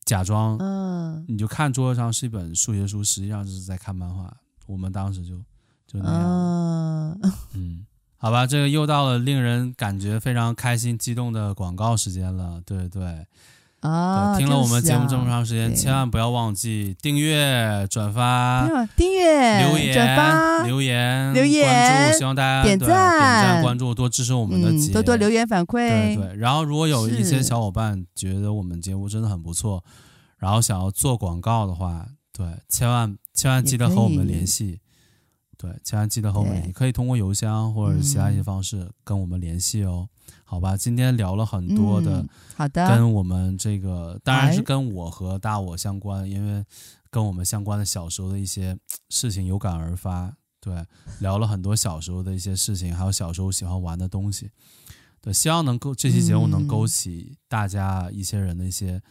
[SPEAKER 1] 假装
[SPEAKER 2] 嗯
[SPEAKER 1] 你就看桌子上是一本数学书，实际上是在看漫画。我们当时就就那样。
[SPEAKER 2] 嗯，
[SPEAKER 1] 嗯，好吧，这个又到了令人感觉非常开心、激动的广告时间了。对对，
[SPEAKER 2] 啊，
[SPEAKER 1] 对听了我们节目这么啊
[SPEAKER 2] 长
[SPEAKER 1] 长时间，
[SPEAKER 2] 对
[SPEAKER 1] 千万不要忘记订阅、转发、
[SPEAKER 2] 订阅、
[SPEAKER 1] 留言、
[SPEAKER 2] 转发、
[SPEAKER 1] 留言、
[SPEAKER 2] 留
[SPEAKER 1] 关
[SPEAKER 2] 言
[SPEAKER 1] 注，希望大家
[SPEAKER 2] 点
[SPEAKER 1] 对点赞、
[SPEAKER 2] 赞
[SPEAKER 1] 关注，多支持我们的节
[SPEAKER 2] 嗯，
[SPEAKER 1] 目，
[SPEAKER 2] 多多留言反
[SPEAKER 1] 对。
[SPEAKER 2] 馈
[SPEAKER 1] 对，然后如果有一些
[SPEAKER 2] 是
[SPEAKER 1] 小伙伴觉得我们节目真的很不错，然后想要做广告的话，对，千万千万
[SPEAKER 2] 也
[SPEAKER 1] 记得
[SPEAKER 2] 可
[SPEAKER 1] 和我们
[SPEAKER 2] 以
[SPEAKER 1] 联系。对，千万记得和我们联系，
[SPEAKER 2] 对
[SPEAKER 1] 可以通过邮箱或者其他一些
[SPEAKER 2] 嗯
[SPEAKER 1] 方式跟我们联系哦。好吧，今天聊了很多的
[SPEAKER 2] 嗯，好的，
[SPEAKER 1] 跟我们这个，当然是
[SPEAKER 2] 哎
[SPEAKER 1] 跟我和大我相关，因为跟我们相关的小时候的一些事情有感而发。对，聊了很多小时候的一些事情，还有小时候喜欢玩的东西。对，希望能够这期节目能
[SPEAKER 2] 嗯
[SPEAKER 1] 勾起大家一些人的一些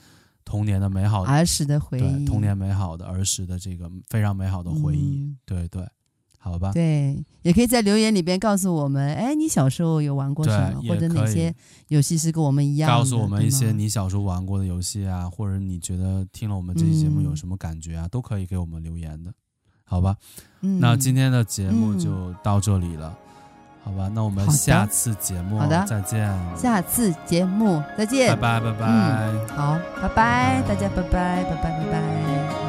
[SPEAKER 1] 童年的美好，
[SPEAKER 2] 儿时的回
[SPEAKER 1] 对
[SPEAKER 2] 忆，
[SPEAKER 1] 童年美好的儿时的这个非常美好的回忆。
[SPEAKER 2] 嗯
[SPEAKER 1] 对对，好吧，
[SPEAKER 2] 对，也可以在留言里边告诉我们，哎，你小时候有玩过什么，
[SPEAKER 1] 对
[SPEAKER 2] 或者
[SPEAKER 1] 也
[SPEAKER 2] 哪
[SPEAKER 1] 可以
[SPEAKER 2] 些游戏是跟我们一样的？
[SPEAKER 1] 告诉我们一些
[SPEAKER 2] 对吗
[SPEAKER 1] 你小时候玩过的游戏啊，或者你觉得听了我们这期节目有
[SPEAKER 2] 嗯
[SPEAKER 1] 什么感觉啊，都可以给我们留言的，好吧？
[SPEAKER 2] 嗯，
[SPEAKER 1] 那今天的节目
[SPEAKER 2] 嗯
[SPEAKER 1] 就到这里了，好吧？那我们
[SPEAKER 2] 好的
[SPEAKER 1] 下次节目
[SPEAKER 2] 好的
[SPEAKER 1] 再见，
[SPEAKER 2] 下次节目再
[SPEAKER 1] 拜
[SPEAKER 2] 见，嗯
[SPEAKER 1] 拜拜拜。
[SPEAKER 2] 好，拜拜，大家拜拜，拜拜，拜拜。